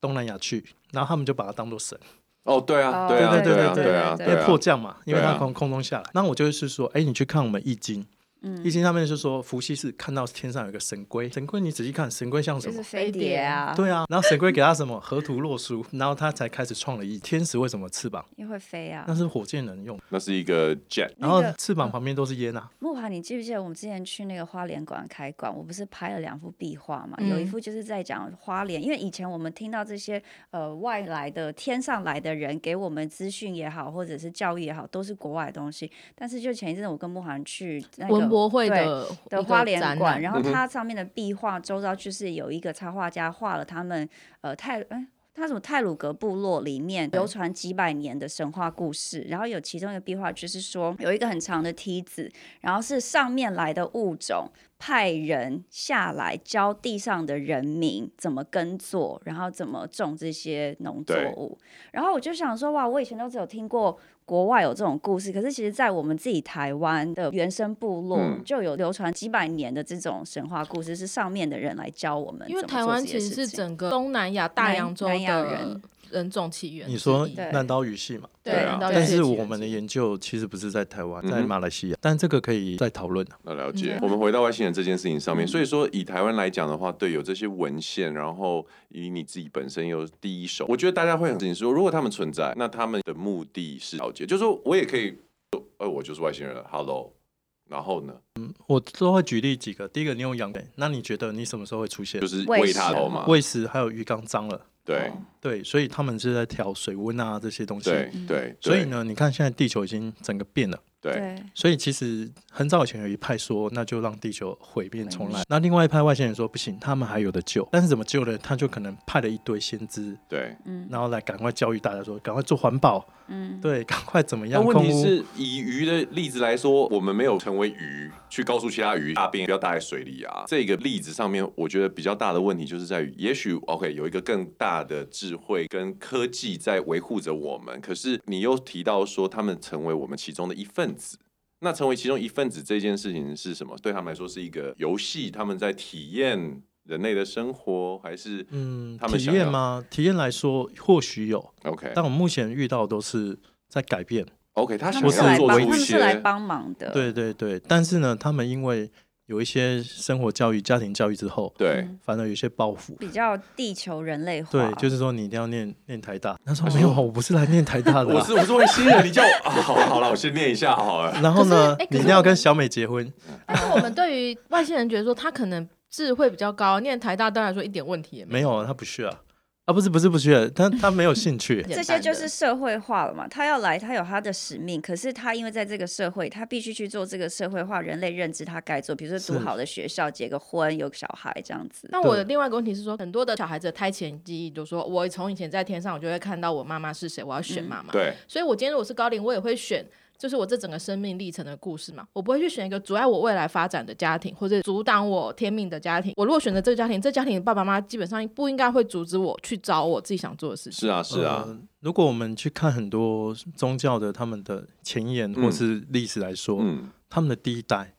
Speaker 4: 东南亚去，然后他们就把它当做神。
Speaker 1: 哦，对啊，
Speaker 2: 哦
Speaker 1: 对啊，
Speaker 4: 对对
Speaker 1: 啊，
Speaker 4: 对
Speaker 1: 对啊，
Speaker 2: 对
Speaker 4: 因为
Speaker 1: 啊
Speaker 4: 迫降嘛，因为
Speaker 1: 对啊
Speaker 4: 它从空中下来。那我就是说，哎，你去看我们易经，
Speaker 2: 嗯
Speaker 4: 易经上面就说伏羲是看到天上有一个神龟，神龟你仔细看，神龟像什
Speaker 2: 就
Speaker 4: 么
Speaker 2: 是？飞碟啊，
Speaker 4: 对啊，然后神龟给他什么？河图洛书，然后他才开始创了一天使为什么翅膀？
Speaker 2: 也会飞啊
Speaker 4: 那。是火箭人用，
Speaker 1: 那是一个 jet，
Speaker 4: 然后
Speaker 2: 那个
Speaker 4: 翅膀旁边都是烟啊。
Speaker 2: 木华，你记不记得我们之前去那个花莲馆开馆，我不是拍了两幅壁画嘛？
Speaker 3: 嗯
Speaker 2: 有一幅就是在讲花莲，因为以前我们听到这些呃外来的天上来的人给我们资讯也好，或者是教育也好，都是国外的东西。但是就前一阵子我跟木华去那个
Speaker 3: 文博会
Speaker 2: 对
Speaker 3: 的
Speaker 2: 的
Speaker 3: 一个
Speaker 2: 花莲
Speaker 3: 展
Speaker 2: 馆，
Speaker 3: 览嗯
Speaker 2: 然后它上面的壁画周遭就是有一个插画家画了他们呃泰哎。他什么泰鲁格部落里面流传几百年的神话故事，然后有其中一个壁画就是说有一个很长的梯子，然后是上面来的物种派人下来教地上的人民怎么耕作，然后怎么种这些农作
Speaker 1: 对
Speaker 2: 物。然后我就想说，哇，我以前都只有听过国外有这种故事，可是其实，在我们自己台湾的原生部落，
Speaker 1: 嗯
Speaker 2: 就有流传几百年的这种神话故事，是上面的人来教我们
Speaker 3: 因为
Speaker 2: 怎么
Speaker 3: 台
Speaker 2: 做
Speaker 3: 湾
Speaker 2: 这些
Speaker 3: 其实
Speaker 2: 事情。
Speaker 3: 是整个东南亚大
Speaker 2: 南
Speaker 3: 洋洲
Speaker 2: 南亚
Speaker 3: 的
Speaker 2: 人
Speaker 3: 人种起源之一。
Speaker 4: 你说
Speaker 2: 对
Speaker 4: 南岛语系嘛？
Speaker 3: 嗯哦对
Speaker 1: 对啊
Speaker 3: 人道
Speaker 4: 但
Speaker 3: 起源
Speaker 4: 是
Speaker 3: 之一
Speaker 4: 我们的研究其实不是在台湾，
Speaker 1: 嗯哼
Speaker 4: 在马来西亚，但这个可以再讨论啊。
Speaker 1: 那了解
Speaker 3: 嗯。
Speaker 1: 我们回到外星人这件事情上
Speaker 4: 嗯
Speaker 1: 面，所以说以台湾来讲的话，对，有这些文献，然后以你自己本身又第一手，我觉得大家会很自信说，如果他们存在，那他们的目的是了解，就是说我也可以说，呃，我就是外星人了，Hello，然后呢，
Speaker 4: 我都会举例几个，第一个你有养龟，那你觉得你什么时候会出现
Speaker 1: 就？是啊
Speaker 2: 喂
Speaker 1: 喂他
Speaker 2: 食
Speaker 1: 头嘛，
Speaker 4: 喂食还有鱼缸脏了，
Speaker 1: 对
Speaker 4: 对，所以他们是在调水温啊这些东西。
Speaker 1: 对对，
Speaker 4: 所以呢，你看现在地球已经整个变了，
Speaker 1: 嗯对，
Speaker 2: 对
Speaker 4: 所以其实很早以前有一派说，那就让地球毁灭重
Speaker 2: 毁
Speaker 4: 来。那另外一派外星人说不行，他们还有的救。但是怎么救呢？他就可能派了一堆先知，
Speaker 1: 对对。
Speaker 2: 嗯
Speaker 4: 然后来赶快教育大家说，赶快做环保，
Speaker 2: 嗯，
Speaker 4: 对，赶快怎么
Speaker 1: 那
Speaker 4: 样
Speaker 1: 问
Speaker 4: 空
Speaker 1: 题
Speaker 4: 污。
Speaker 1: 是以鱼的例子来说，我们没有成为鱼去告诉其他鱼大便不要搭在水里啊。这个例子上面，我觉得比较大的问题就是在于，也许 OK 有一个更大的智慧跟科技在维护着我们，可是你又提到说他们成为我们其中的一份子。那成为其中一份子这件事情是什么？对他们来说是一个游戏，他们在体验人类的生活，还是
Speaker 4: 嗯，
Speaker 1: 他们
Speaker 4: 体
Speaker 1: 想
Speaker 4: 验
Speaker 1: 要
Speaker 4: 吗？体验来说或许有，
Speaker 1: OK
Speaker 4: 但我目前遇到都是在改变。
Speaker 1: OK？他
Speaker 2: 他
Speaker 1: 想
Speaker 2: 们
Speaker 4: 我
Speaker 2: 是
Speaker 1: 要
Speaker 2: 来
Speaker 1: 做
Speaker 2: 帮，
Speaker 1: 出
Speaker 2: 他
Speaker 1: 一
Speaker 2: 们是来
Speaker 1: 些
Speaker 2: 帮忙的，
Speaker 4: 对对对，但是呢，他们因为有一些生活教育、家庭教育之后，
Speaker 1: 对，
Speaker 2: 嗯
Speaker 4: 反而有一些抱负。
Speaker 2: 比较地球人类化。
Speaker 4: 对，就是说你一定要念念台大。他 说没有啊，我不是来念台大的啊、
Speaker 1: 我是我是外星人，你叫我 啊，好了好了，我先念一下好了。
Speaker 4: 然后呢，
Speaker 3: 可是哎可
Speaker 4: 你
Speaker 3: 是
Speaker 4: 一定要跟小美结婚。
Speaker 3: 但是我们对于外星人觉得说他可能智慧比较高，念台大当然说一点问题也没
Speaker 4: 没有，啊，他不去啊。啊，不是不是不去，他他没有兴趣
Speaker 3: 有。。
Speaker 2: 这
Speaker 3: 简
Speaker 2: 些
Speaker 3: 单
Speaker 2: 就
Speaker 3: 的
Speaker 2: 是社会化了嘛，他要来，他有他的使命，可是他因为在这个社会，他必须去做这个社会化人类认知他该做，比如说读
Speaker 4: 是
Speaker 2: 好的学校、结个婚、有个小孩这样子。
Speaker 3: 那我的另外一个问题是说，很多的小孩子的胎前记忆，就说我从以前在天上，我就会看到我妈妈是谁，我要选妈妈。
Speaker 1: 对，
Speaker 3: 所以我今天如果是高龄，我也会选，就是我这整个生命历程的故事嘛，我不会去选一个阻碍我未来发展的家庭，或者阻挡我天命的家庭。我如果选择这个家庭，这家庭的爸爸妈妈基本上不应该会阻止我去找我自己想做的事情。
Speaker 1: 是啊是啊，
Speaker 4: 呃如果我们去看很多宗教的他们的前沿
Speaker 1: 嗯
Speaker 4: 或是历史来说，
Speaker 1: 嗯
Speaker 4: 他们的第一代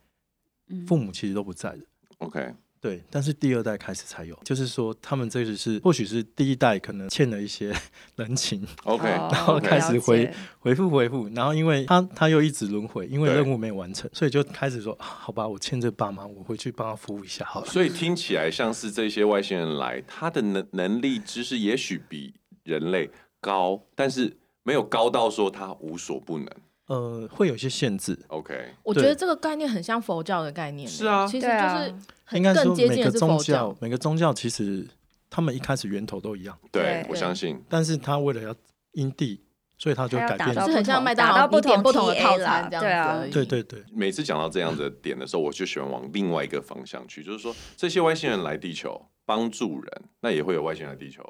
Speaker 2: 嗯
Speaker 4: 父母其实都不在的。
Speaker 1: ，OK，
Speaker 4: 对，但是第二代开始才有，就是说他们这个是或许是第一代可能欠了一些人情，
Speaker 1: OK，
Speaker 2: 哦
Speaker 1: 然
Speaker 4: 后开始回，
Speaker 2: 了解
Speaker 4: 回复回复，然后因为他他又一直轮回，因为
Speaker 1: 对
Speaker 4: 任务没有完成，所以就开始说、啊好吧，我欠这爸妈，我回去帮他服务一下好了。
Speaker 1: 所以听起来像是这些外星人来，他的能能力、知识也许比人类高，但是没有高到说他无所不能。
Speaker 4: 呃，会有一些限制，
Speaker 1: OK，
Speaker 3: 我觉得
Speaker 4: 对
Speaker 3: 这个概念很像佛教的概念，欸
Speaker 1: 是啊
Speaker 3: 其实
Speaker 2: 对
Speaker 3: 就
Speaker 2: 啊
Speaker 3: 是
Speaker 4: 应该
Speaker 3: 更
Speaker 4: 说
Speaker 3: 接
Speaker 4: 每
Speaker 3: 近
Speaker 4: 个
Speaker 3: 的是佛
Speaker 4: 宗
Speaker 3: 教
Speaker 4: 教，。每个宗教其实他们一开始源头都一样，
Speaker 1: 对
Speaker 2: 对
Speaker 1: 我相信，
Speaker 4: 但是他为了要因地，所以他就
Speaker 2: 他要
Speaker 4: 改
Speaker 2: 打
Speaker 4: 变
Speaker 2: 造
Speaker 3: 就
Speaker 4: 了。
Speaker 3: 是很像麦当
Speaker 2: 打到
Speaker 3: 劳
Speaker 2: 不
Speaker 3: 你点
Speaker 2: 同
Speaker 3: 不同的
Speaker 2: TA
Speaker 3: 套
Speaker 2: 啦
Speaker 3: 餐这样
Speaker 2: 对啊
Speaker 3: 子而已。
Speaker 4: 对对对，
Speaker 1: 每次讲到这样子的点的时候，我就喜欢往另外一个方向去，就是说这些外星人来地球帮助人，那也会有外星人来地球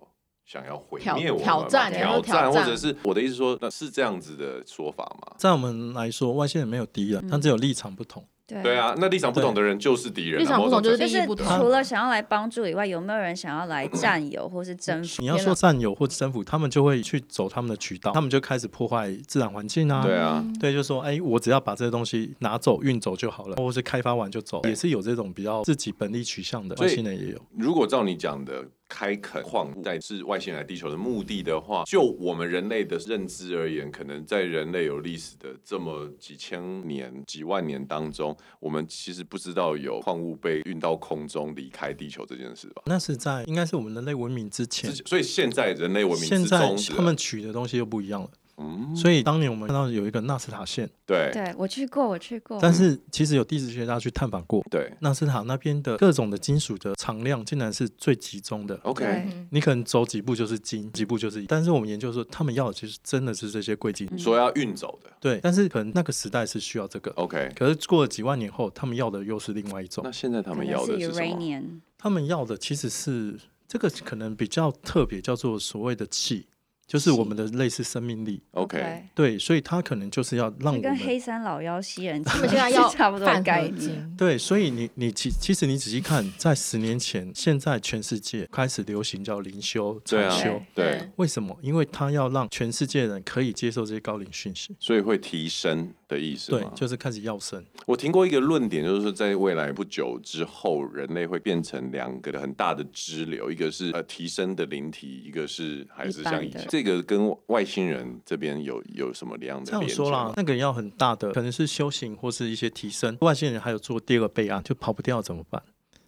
Speaker 1: 想要毁
Speaker 3: 挑
Speaker 1: 灭我们嘛
Speaker 3: 挑战
Speaker 2: 然
Speaker 1: 挑
Speaker 3: 后
Speaker 1: 战，
Speaker 3: 挑
Speaker 1: 或
Speaker 3: 战
Speaker 1: 者是我的意思说，那是这样子的说法吗？
Speaker 4: 在我们来说，外星人没有敌
Speaker 2: 嗯
Speaker 4: 人，他只有立场不同。
Speaker 2: 对
Speaker 1: 对，啊，那立场不同的人就是敌人啊，
Speaker 3: 立场不
Speaker 1: 某
Speaker 3: 同
Speaker 1: 种
Speaker 3: 就是
Speaker 1: 程度
Speaker 2: 就
Speaker 3: 利
Speaker 2: 是嗯
Speaker 3: 益不同。
Speaker 2: 除了想要来帮助以外，有没有人想要来占有或是征服？
Speaker 4: 你要说占有或征服，他们就会去走他们的渠道，他们就开始破坏自然环境啊。
Speaker 1: 对啊，
Speaker 4: 对，就说哎，我只要把这些东西拿走、运走就好了，或是开发完就走，也是有这种比较自己本利取向的，
Speaker 1: 所以
Speaker 4: 外星人也有。
Speaker 1: 如果照你讲的开垦矿物在是外星人来地球的目的的话，就我们人类的认知而言，可能在人类有历史的这么几千年、几万年当中，我们其实不知道有矿物被运到空中离开地球这件事吧？
Speaker 4: 那是在应该是我们人类文明之
Speaker 1: 之
Speaker 4: 前，
Speaker 1: 所以现在人类文明
Speaker 4: 现
Speaker 1: 是
Speaker 4: 在
Speaker 1: 终止了
Speaker 4: 他们取的东西又不一样了。
Speaker 1: 啊嗯，
Speaker 4: 所以当年我们看到有一个纳斯塔县，
Speaker 1: 对
Speaker 2: 对我去过，我去过，
Speaker 4: 但是其实有地质学家去探访过，
Speaker 1: 对
Speaker 4: 纳斯塔那边的各种的金属的产量竟然是最集中的。
Speaker 1: ，OK。
Speaker 3: 嗯
Speaker 4: 你可能走几步就是金，几步就是银，但是我们研究说，他们要的其实真的是这些贵金属。
Speaker 1: 说要运走的
Speaker 4: 对，但是可能那个时代是需要这个，
Speaker 1: ，OK。
Speaker 4: 可是过了几万年后，他们要的又是另外一种
Speaker 1: 那。现在他
Speaker 2: 可
Speaker 1: 们
Speaker 2: 能
Speaker 1: 要的
Speaker 2: 是
Speaker 1: 是什么？
Speaker 2: uranium，
Speaker 4: 他们要的其实是这个可能比较特别，叫做所谓的气，就是我们的类似生命力。
Speaker 1: OK，
Speaker 2: 对，
Speaker 4: 对，所以他可能就是要让
Speaker 2: 这
Speaker 4: 我
Speaker 2: 跟黑
Speaker 4: 们
Speaker 2: 山老妖吸人
Speaker 3: 他
Speaker 2: 精
Speaker 3: 们现在
Speaker 2: 是
Speaker 3: 要
Speaker 2: 差不多的
Speaker 3: 泛
Speaker 2: 概
Speaker 3: 合
Speaker 2: 念。
Speaker 3: 金，
Speaker 4: 对，所以你你其其实你仔细看，在十年前，现在全世界开始流行叫灵修、
Speaker 1: 对
Speaker 4: 禅
Speaker 1: 啊
Speaker 4: 修，
Speaker 1: 对，
Speaker 4: 为什么？因为他要让全世界人可以接受这些高龄讯息，
Speaker 1: 所以会提升的意思
Speaker 4: 对
Speaker 1: 吗，
Speaker 4: 就是开始要生。
Speaker 1: 我听过一个论点，就是说在未来不久之后，人类会变成两个很大的支流，一个是呃提升的灵体，一个是还是像以
Speaker 2: 嗯一般
Speaker 1: 前
Speaker 2: 的
Speaker 1: 这个跟外星人这边有有什么样
Speaker 4: 这
Speaker 1: 的
Speaker 4: 样
Speaker 1: 连接吗？
Speaker 4: 说啦，那个要很大的，可能是修行或是一些提升。外星人还有做第二个备案，就跑不掉怎么办？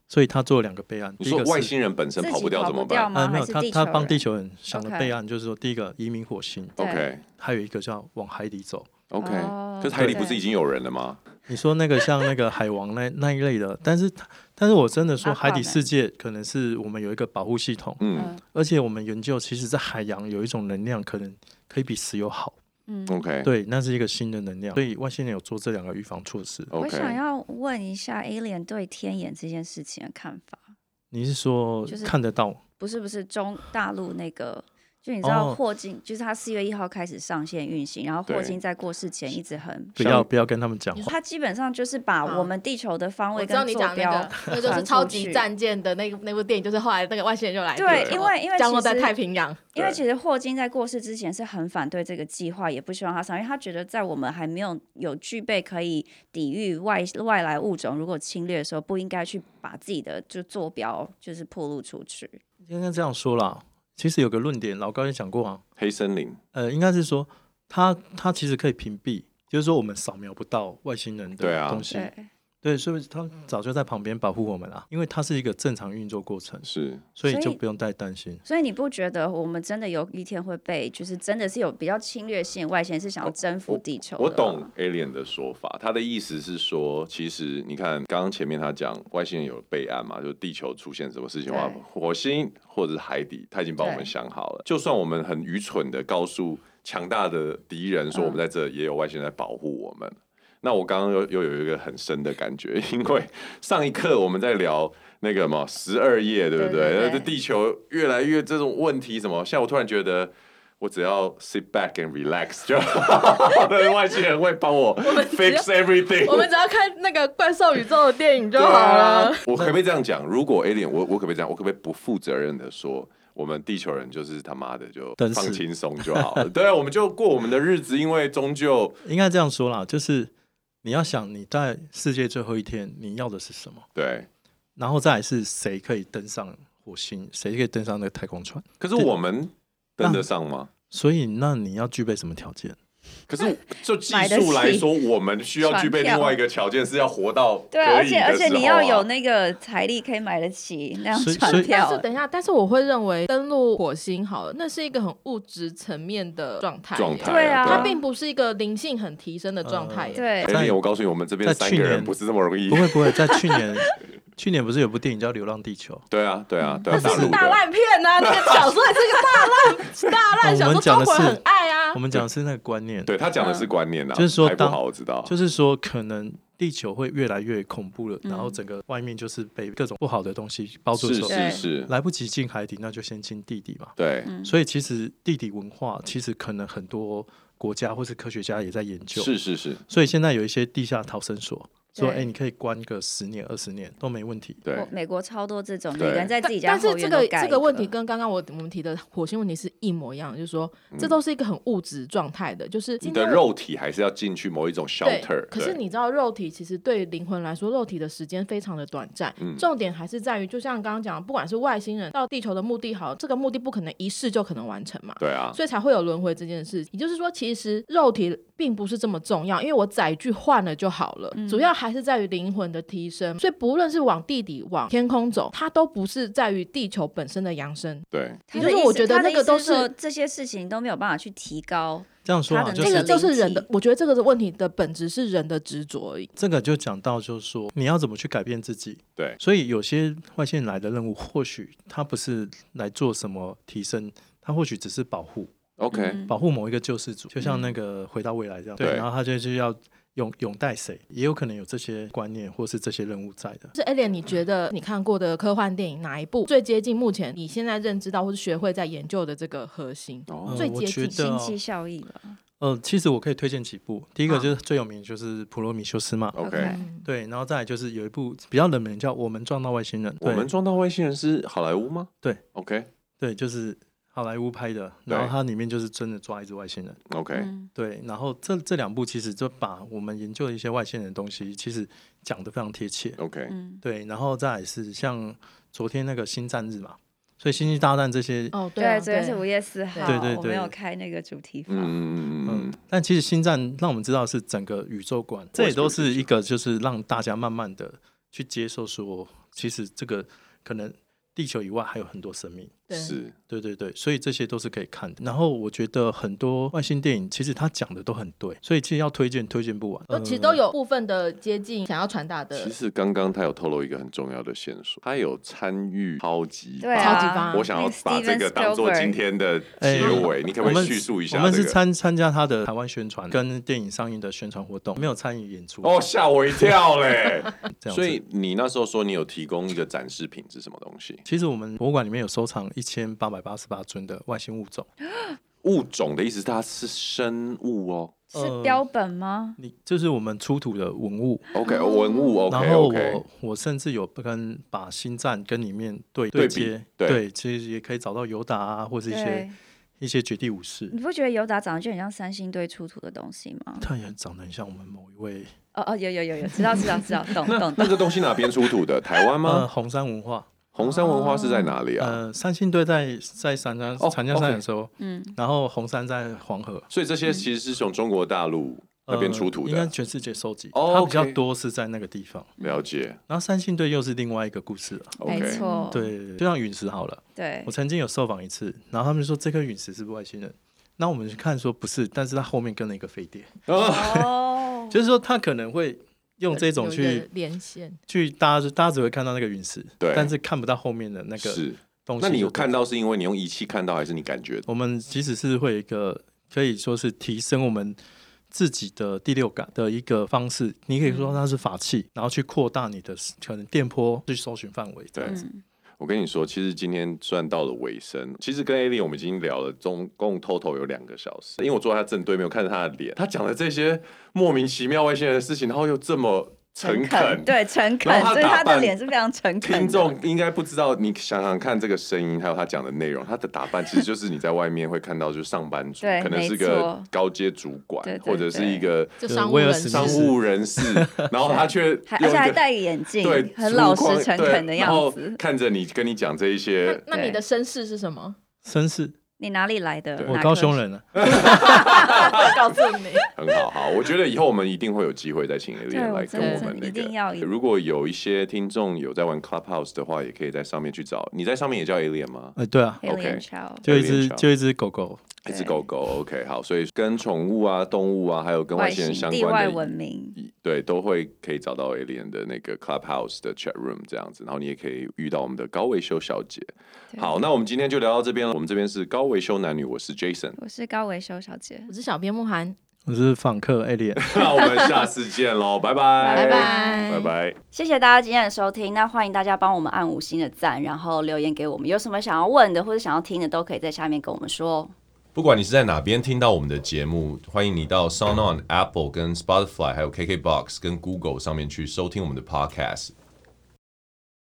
Speaker 4: 所以他做了两个备案，
Speaker 1: 你
Speaker 4: 第一
Speaker 1: 说
Speaker 4: 个是
Speaker 1: 外星人本身
Speaker 2: 自
Speaker 1: 跑
Speaker 2: 己
Speaker 1: 不掉
Speaker 2: 跑
Speaker 1: 怎么
Speaker 2: 不掉
Speaker 1: 办
Speaker 2: 吗？
Speaker 4: 啊，没有，
Speaker 2: 还是
Speaker 4: 他
Speaker 2: 地
Speaker 4: 他
Speaker 2: 球
Speaker 4: 帮地
Speaker 2: 人
Speaker 4: 球人想的
Speaker 2: OK
Speaker 4: 备案就是说，第一个移民火星，
Speaker 2: 对
Speaker 1: ？OK
Speaker 4: 还有一个叫往海底走。
Speaker 1: OK，、
Speaker 2: 哦
Speaker 1: 可是海里不是
Speaker 2: 对
Speaker 1: 已经有人了吗？
Speaker 4: 你说那个像那个海王那那一类的，但是它但是我真的说，
Speaker 2: Aquaman
Speaker 4: 海底世界可能是我们有一个保护系统，
Speaker 1: 嗯
Speaker 2: 嗯
Speaker 4: 而且我们研究，其实在海洋有一种能量，可能可以比石油好，
Speaker 2: 嗯。
Speaker 1: ，OK
Speaker 4: 对，那是一个新的能量，所以外星人有做这两个预防措施。
Speaker 2: 我
Speaker 1: OK，
Speaker 2: 想要问一下 Alien 对天眼这件事情的看法，
Speaker 4: 你是说
Speaker 2: 就是
Speaker 4: 看得到？
Speaker 2: 不是不是中大陆那个，就你知道
Speaker 4: 哦
Speaker 2: 霍金，就是他四月一号开始上线运行，然后
Speaker 1: 对
Speaker 2: 霍金在过世前一直很，
Speaker 4: 不
Speaker 1: 像
Speaker 4: 要不要跟他们讲话，
Speaker 2: 他基本上就是把
Speaker 3: 啊
Speaker 2: 我们地球的方
Speaker 3: 我
Speaker 2: 位
Speaker 3: 知道
Speaker 2: 跟
Speaker 3: 你
Speaker 2: 坐
Speaker 3: 讲那
Speaker 2: 标
Speaker 3: 个，那就是
Speaker 2: 传
Speaker 3: 超
Speaker 2: 出
Speaker 3: 级
Speaker 2: 去
Speaker 3: 战舰的那个那部电影，就是后来那个外星人就来地
Speaker 2: 对
Speaker 3: 球
Speaker 2: 因
Speaker 3: 了
Speaker 2: 为因为
Speaker 3: 降
Speaker 2: 其
Speaker 3: 落在
Speaker 2: 实
Speaker 3: 太平洋，
Speaker 2: 因为
Speaker 1: 对
Speaker 2: 其实霍金在过世之前是很反对这个计划，也不希望他上，因为他觉得在我们还没有有具备可以抵御外外来物种如果侵略的时候，不应该去把自己的就坐标就是暴露出去。
Speaker 4: 应该这样说啦。其实有个论点，老高也讲过啊，
Speaker 1: 黑森林
Speaker 4: 呃，应该是说它它其实可以屏蔽，就是说我们扫描不到外星人
Speaker 1: 对
Speaker 4: 的
Speaker 1: 啊
Speaker 4: 东西，
Speaker 2: 对，
Speaker 4: 对，所以他早就在旁边保护我们啦，因为它是一个正常运作过程，
Speaker 1: 是
Speaker 4: 所以
Speaker 2: 所
Speaker 4: 就
Speaker 2: 以
Speaker 4: 不用太担心。
Speaker 2: 所以你不觉得我们真的有一天会被，就是真的是有比较侵略性，外星人是想要征服地球的
Speaker 1: 我懂 Alien 的说法，他的意思是说，其实你看，刚刚前面他讲外星人有备案嘛，就是地球出现什么事情的话
Speaker 2: 对，
Speaker 1: 火星或者是海底，他已经帮我们
Speaker 2: 对
Speaker 1: 想好了。就算我们很愚蠢的告诉强大的敌人
Speaker 2: 嗯
Speaker 1: 说，我们在这也有外星人在保护我们。那我刚刚又又有一个很深的感觉， 因为上一课我们在聊那个嘛十二页，对不
Speaker 2: 对对对
Speaker 1: 那这地球越来越这种问题什么，现在我突然觉得。我只要 sit back and relax 就好了，外星人会帮 我 fix everything。
Speaker 3: 我们只要看那个怪兽宇宙的电影就
Speaker 1: 对
Speaker 3: 好
Speaker 1: 啊
Speaker 3: 了。
Speaker 1: 我可不可以这样讲？如果 alien，我我可不可以这样？我可不可以不负责任的说，我们地球人就是他妈的就
Speaker 4: 等死
Speaker 1: 放轻松就好了？对啊，我们就过我们的日子，因为终究
Speaker 4: 应该这样说啦，就是你要想你在世界最后一天你要的是什么，
Speaker 1: 对。
Speaker 4: 然后再来是谁可以登上火星，谁可以登上那个太空船。
Speaker 1: 可是我们登得上吗？
Speaker 4: 所以那你要具备什么条件？
Speaker 1: 可是就技
Speaker 2: 买得
Speaker 1: 术
Speaker 2: 起
Speaker 1: 来说，我们需要具备
Speaker 2: 船票
Speaker 1: 另外一个条件，是要活到
Speaker 2: 对啊，
Speaker 1: 可
Speaker 2: 而
Speaker 1: 以
Speaker 2: 且
Speaker 1: 的
Speaker 2: 而且
Speaker 1: 时候
Speaker 2: 你要
Speaker 1: 啊
Speaker 2: 有那个财力可以买得起那样
Speaker 4: 所以所
Speaker 2: 船
Speaker 4: 以
Speaker 3: 但
Speaker 2: 票
Speaker 3: 是。等一下，但是我会认为登陆火星好了，那是一个很物质层面的状态耶，
Speaker 1: 状态。
Speaker 2: 对啊
Speaker 3: 它并不是一个灵性很提升的状
Speaker 4: 嗯
Speaker 3: 态耶。
Speaker 2: 对，
Speaker 1: a l i 啊我告诉你，我们这边
Speaker 4: 在
Speaker 1: 三
Speaker 4: 去
Speaker 1: 个人
Speaker 4: 年
Speaker 1: 不是这么容易
Speaker 4: 不。会不会，在去年去年不是有部电影叫《流浪地球》？
Speaker 1: 对啊，对啊，对啊，
Speaker 4: 那
Speaker 1: 大
Speaker 4: 是
Speaker 1: 陆的
Speaker 3: 大烂片啊！那个小说也是个大烂大烂小
Speaker 4: 我
Speaker 3: 说，
Speaker 4: 们讲
Speaker 3: 中
Speaker 4: 的
Speaker 3: 国人
Speaker 4: 是
Speaker 3: 很爱啊
Speaker 4: 我。们讲的是那个观念，
Speaker 1: 对他讲的是
Speaker 3: 嗯
Speaker 1: 观念啊，
Speaker 4: 就是说
Speaker 1: 还不
Speaker 4: 当
Speaker 1: 好，我知道，
Speaker 4: 就是说可能地球会越来越恐怖了，
Speaker 2: 嗯
Speaker 4: 然后整个外面就是被各种不好的东西包住的
Speaker 1: 是
Speaker 4: 时候，
Speaker 1: 是是，
Speaker 4: 来不及进海底，那就先进地底嘛。
Speaker 1: 对，
Speaker 2: 嗯
Speaker 4: 所以其实地底文化其实可能很多国家或是科学家也在研究，
Speaker 1: 是是是，
Speaker 4: 所以现在有一些地下逃生所，说
Speaker 2: 对
Speaker 4: 哎、你可以关个十年二十年都没问题。
Speaker 1: 对
Speaker 2: 我，美国超多这种，每
Speaker 1: 对
Speaker 2: 个人在自己家
Speaker 3: 但是
Speaker 2: 后
Speaker 3: 这
Speaker 2: 院
Speaker 3: 个
Speaker 2: 都盖
Speaker 3: 这
Speaker 2: 一
Speaker 3: 个问题跟刚刚我我们提的火星问题是一模一样的，就是说这都是一个很物质状态嗯的，就是
Speaker 1: 你
Speaker 3: 今天
Speaker 1: 的
Speaker 3: 我
Speaker 1: 肉体还是要进去某一种
Speaker 3: 对
Speaker 1: shelter，，
Speaker 3: 可是
Speaker 1: 对
Speaker 3: 你知道，肉体其实对灵魂来说，肉体的时间非常的短暂。
Speaker 1: 嗯
Speaker 3: 重点还是在于，就像刚刚讲的，不管是外星人到地球的目的好，这个目的不可能一世就可能完成嘛。
Speaker 1: 对啊，
Speaker 3: 所以才会有轮回这件事。也就是说，其实肉体并不是这么重要，因为我载具换了就好了。主要还是在于灵魂的提升。所以不论是往地底、往天空走，它都不是在于地球本身的扬升。
Speaker 1: 对，
Speaker 2: 他
Speaker 3: 也
Speaker 2: 的
Speaker 3: 就是
Speaker 2: 意
Speaker 3: 我
Speaker 2: 思
Speaker 3: 觉得
Speaker 2: 他的
Speaker 3: 那个
Speaker 2: 意思
Speaker 3: 都
Speaker 2: 说
Speaker 3: 是
Speaker 2: 这些事情都没有办法去提高，
Speaker 4: 这样说
Speaker 2: 他
Speaker 4: 啊，
Speaker 2: 的
Speaker 4: 就
Speaker 2: 那
Speaker 4: 是
Speaker 3: 这个
Speaker 2: 个
Speaker 3: 就是人
Speaker 2: 灵
Speaker 3: 的
Speaker 2: 气，
Speaker 3: 我觉得这个是问题的本质是人的执着而已。
Speaker 4: 这个就讲到，就是说你要怎么去改变自己。
Speaker 1: 对
Speaker 4: 所以有些外线来的任务，或许它不是来做什么提升，它或许只是保护，
Speaker 3: 嗯
Speaker 2: 嗯
Speaker 1: ，OK，
Speaker 4: 保护某一个救世主，就像那个回到未来这样。
Speaker 1: 嗯对
Speaker 4: 然后他就是要拥拥戴谁，也有可能有这些观念或是这些任务在的。
Speaker 3: 是 Alien，你觉得你看过的科幻电影哪一部最接近目前你现在认知到或是学会在研究的这个核心？
Speaker 1: 哦
Speaker 3: 最
Speaker 4: 呃、我
Speaker 3: 接
Speaker 4: 觉
Speaker 3: 近
Speaker 4: 得
Speaker 2: 经
Speaker 4: 哦
Speaker 2: 济效益吧。
Speaker 4: 呃，其实我可以推荐几部，第一个
Speaker 3: 好
Speaker 4: 就是最有名就是《普罗米修斯》嘛。
Speaker 1: ，OK。
Speaker 3: 嗯
Speaker 4: 对，然后再来就是有一部比较冷门叫《我们撞到外星人》，
Speaker 1: 我
Speaker 4: 对
Speaker 1: 们撞到外星人是好莱坞吗？
Speaker 4: 对
Speaker 1: ，OK
Speaker 4: 对，就是好莱坞拍的，
Speaker 1: 对
Speaker 4: 然后它里面就是真的抓一只外星人。
Speaker 1: OK，
Speaker 2: 嗯
Speaker 4: 对，然后这这两部其实就把我们研究的一些外星人的东西，其实讲的非常贴切。
Speaker 1: OK，
Speaker 2: 嗯，
Speaker 4: 对，然后再来是像昨天那个星战日嘛，所以星际大战这些，
Speaker 3: 哦，对啊，
Speaker 2: 对，昨天是五月四号，
Speaker 4: 对对
Speaker 2: 我们
Speaker 4: 对
Speaker 2: 有开那个主题
Speaker 1: 嗯
Speaker 2: 房。
Speaker 1: 嗯嗯嗯
Speaker 4: 嗯
Speaker 1: 嗯，，
Speaker 4: 但其实星战让我们知道是整个宇宙观，这也都是一个就是让大家慢慢的去接受说，其实这个可能地球以外还有很多生命。
Speaker 3: 对
Speaker 1: 是
Speaker 4: 对对对，所以这些都是可以看的。然后我觉得很多外星电影其实它讲的都很对，所以其实要推荐推荐不完。
Speaker 1: 嗯
Speaker 3: 都其实都有部分的接近想要传达的
Speaker 1: 其实刚刚他有透露一个很重要的线索，他有参与超级
Speaker 2: 对
Speaker 1: 八
Speaker 2: 啊，
Speaker 3: 超级棒
Speaker 1: 我想要把这个当做今天的
Speaker 4: 哎
Speaker 1: 结尾，你可不
Speaker 4: 我
Speaker 1: 可
Speaker 4: 们
Speaker 1: 以叙述一
Speaker 4: 我
Speaker 1: 下
Speaker 4: 们
Speaker 1: 这
Speaker 4: 是
Speaker 1: 个？
Speaker 4: 参参加他的台湾宣传跟电影上映的宣传活动，没有参与演出。
Speaker 1: 哦，，吓我一跳嘞！
Speaker 4: 这样子
Speaker 1: 所以你那时候说你有提供一个展示品是什么东西？
Speaker 4: 其实我们博物馆里面有收藏一千八百八十八尊的外星物种。
Speaker 1: 物种的意思，它是生物哦。
Speaker 2: 是标本吗？
Speaker 4: 你就是我们出土的文物
Speaker 1: OK，文物 OK
Speaker 4: 哦然后
Speaker 1: OK，
Speaker 4: 我我甚至有跟把星战跟里面对
Speaker 1: 对比
Speaker 4: 接，
Speaker 1: 对
Speaker 4: 其实也可以找到尤达啊，或是一些
Speaker 2: 对，
Speaker 4: 一些绝地武士，
Speaker 2: 你不觉得尤达长得就很像三星堆出土的东西吗？
Speaker 4: 他也长得很像我们某一位
Speaker 2: 哦哦，有有有有，知道知道知道，懂懂
Speaker 1: 那
Speaker 2: 懂。
Speaker 1: 个东西哪边出土的？台湾
Speaker 4: 呃
Speaker 1: 吗？
Speaker 4: 红山文化，
Speaker 1: 红山文化是在哪里啊？
Speaker 4: 呃三星堆在在长江
Speaker 1: 哦
Speaker 4: 长江山
Speaker 1: OK
Speaker 4: 的时候，
Speaker 2: 嗯，
Speaker 4: 然后红山在黄河，
Speaker 1: 所以这些其实是从中国大陆那边出土的
Speaker 4: 呃应该全世界收集，
Speaker 1: 哦
Speaker 4: 它比较
Speaker 1: OK
Speaker 4: 多是在那个地方。
Speaker 1: 了解
Speaker 4: 然后三星堆又是另外一个故事了。
Speaker 2: 没
Speaker 1: ，OK，
Speaker 2: 错，
Speaker 4: 对，就像陨石好了，
Speaker 2: 对
Speaker 4: 我曾经有受访一次，然后他们说这颗陨石是不是外星人，那我们去看说不是，但是它后面跟了一个飞碟，
Speaker 1: 啊，
Speaker 2: 哦，
Speaker 4: 就是说它可能会用这种
Speaker 3: 有一个
Speaker 4: 去
Speaker 3: 连线，
Speaker 4: 去大家就大家只会看到那个陨石，
Speaker 1: 对
Speaker 4: 但是看不到后面的那个
Speaker 1: 是。
Speaker 4: 东西。
Speaker 1: 那你有看？到是因为你用仪器看到，还是你感觉？
Speaker 4: 我们其实是会有一个可以说是提升我们。自己的第六感的一个方式，你可以说它是法器，然后去扩大你的可能电波去搜寻范围。
Speaker 1: 对
Speaker 2: 嗯，
Speaker 1: 我跟你说，其实今天算到了尾声。其实跟 A 莉我们已经聊了总共 total 有两个小时，因为我坐在他正对面，我看着他的脸，他讲的这些莫名其妙外星人的事情，然后又这么诚恳，
Speaker 2: 对，诚恳
Speaker 1: 然，后他
Speaker 2: 所以
Speaker 1: 打
Speaker 2: 他的
Speaker 1: 扮
Speaker 2: 脸是非常诚恳的。
Speaker 1: 听众应该不知道，你想想看，这个声音还有他讲的内容，他的打 扮其实就是你在外面会看到，就是上班族，
Speaker 2: 对
Speaker 1: 可能是
Speaker 2: 没
Speaker 1: 个
Speaker 2: 错
Speaker 1: 高阶主管
Speaker 2: 对对
Speaker 1: 或者是一个
Speaker 3: 就
Speaker 4: 对
Speaker 3: 商务
Speaker 4: 威尔
Speaker 3: 人
Speaker 4: 史密
Speaker 3: 士
Speaker 1: 商务人士， 然后他却
Speaker 2: 还
Speaker 1: 用
Speaker 2: 而
Speaker 1: 一
Speaker 2: 且还
Speaker 1: 个
Speaker 2: 戴眼镜
Speaker 1: 对，
Speaker 2: 很老
Speaker 1: 粗犷
Speaker 2: 实诚恳的
Speaker 1: 对
Speaker 2: 样
Speaker 1: 然后
Speaker 2: 子。
Speaker 1: 看着你跟你讲这一些，
Speaker 3: 那那你的身世是什么？
Speaker 4: 绅士，
Speaker 2: 你哪里来的？
Speaker 1: 对
Speaker 4: 我
Speaker 2: 哪
Speaker 4: 高
Speaker 2: 科
Speaker 4: 雄人啊，
Speaker 3: 告诉你，
Speaker 1: 很好，好，我觉得以后我们一定会有机会再请 a l i a
Speaker 2: 对
Speaker 1: 来
Speaker 2: 我
Speaker 1: 跟
Speaker 2: 真
Speaker 3: 的
Speaker 1: 我们
Speaker 2: 真的
Speaker 1: 那
Speaker 2: 一
Speaker 1: 个。
Speaker 2: 定要有
Speaker 1: 如果有一些听众有在玩 Clubhouse 的话，也可以在上面去找。你在上面也叫 Alien 吗？
Speaker 4: 哎，对啊，
Speaker 1: OK
Speaker 2: Alien Child，
Speaker 4: 就一
Speaker 1: 有
Speaker 4: 只
Speaker 1: 点像
Speaker 4: 就一只狗狗，
Speaker 1: 一
Speaker 2: 对
Speaker 1: 只狗狗，OK，好，所以跟宠物啊、动物啊，还有跟外
Speaker 2: 外
Speaker 1: 星人
Speaker 2: 形
Speaker 1: 相
Speaker 2: 地外
Speaker 1: 关
Speaker 2: 文
Speaker 1: 的，
Speaker 2: 明，
Speaker 1: 对，都会可以找到 Alien 的那个 Clubhouse 的 chat room 这样子，然后你也可以遇到我们的高维修小姐。
Speaker 2: 对
Speaker 1: 好，那我们今天就聊到这边了。我们这边是高维修男女，我是 Jason，
Speaker 2: 我是高维修小姐
Speaker 3: 我，是小编慕涵，
Speaker 4: 我是访客 alien。
Speaker 1: 那我们下次见喽，拜拜，
Speaker 2: 拜
Speaker 3: 拜
Speaker 1: 拜拜。
Speaker 2: 谢谢大家今天的收听。那欢迎大家帮我们按五星的赞，然后留言给我们，有什么想要问的或者想要听的，都可以在下面跟我们说哦。
Speaker 1: 不管你是在哪边听到我们的节目，欢迎你到 SoundOn、Apple、跟 Spotify、还有 KKBox、跟 Google 上面去收听我们的 Podcast。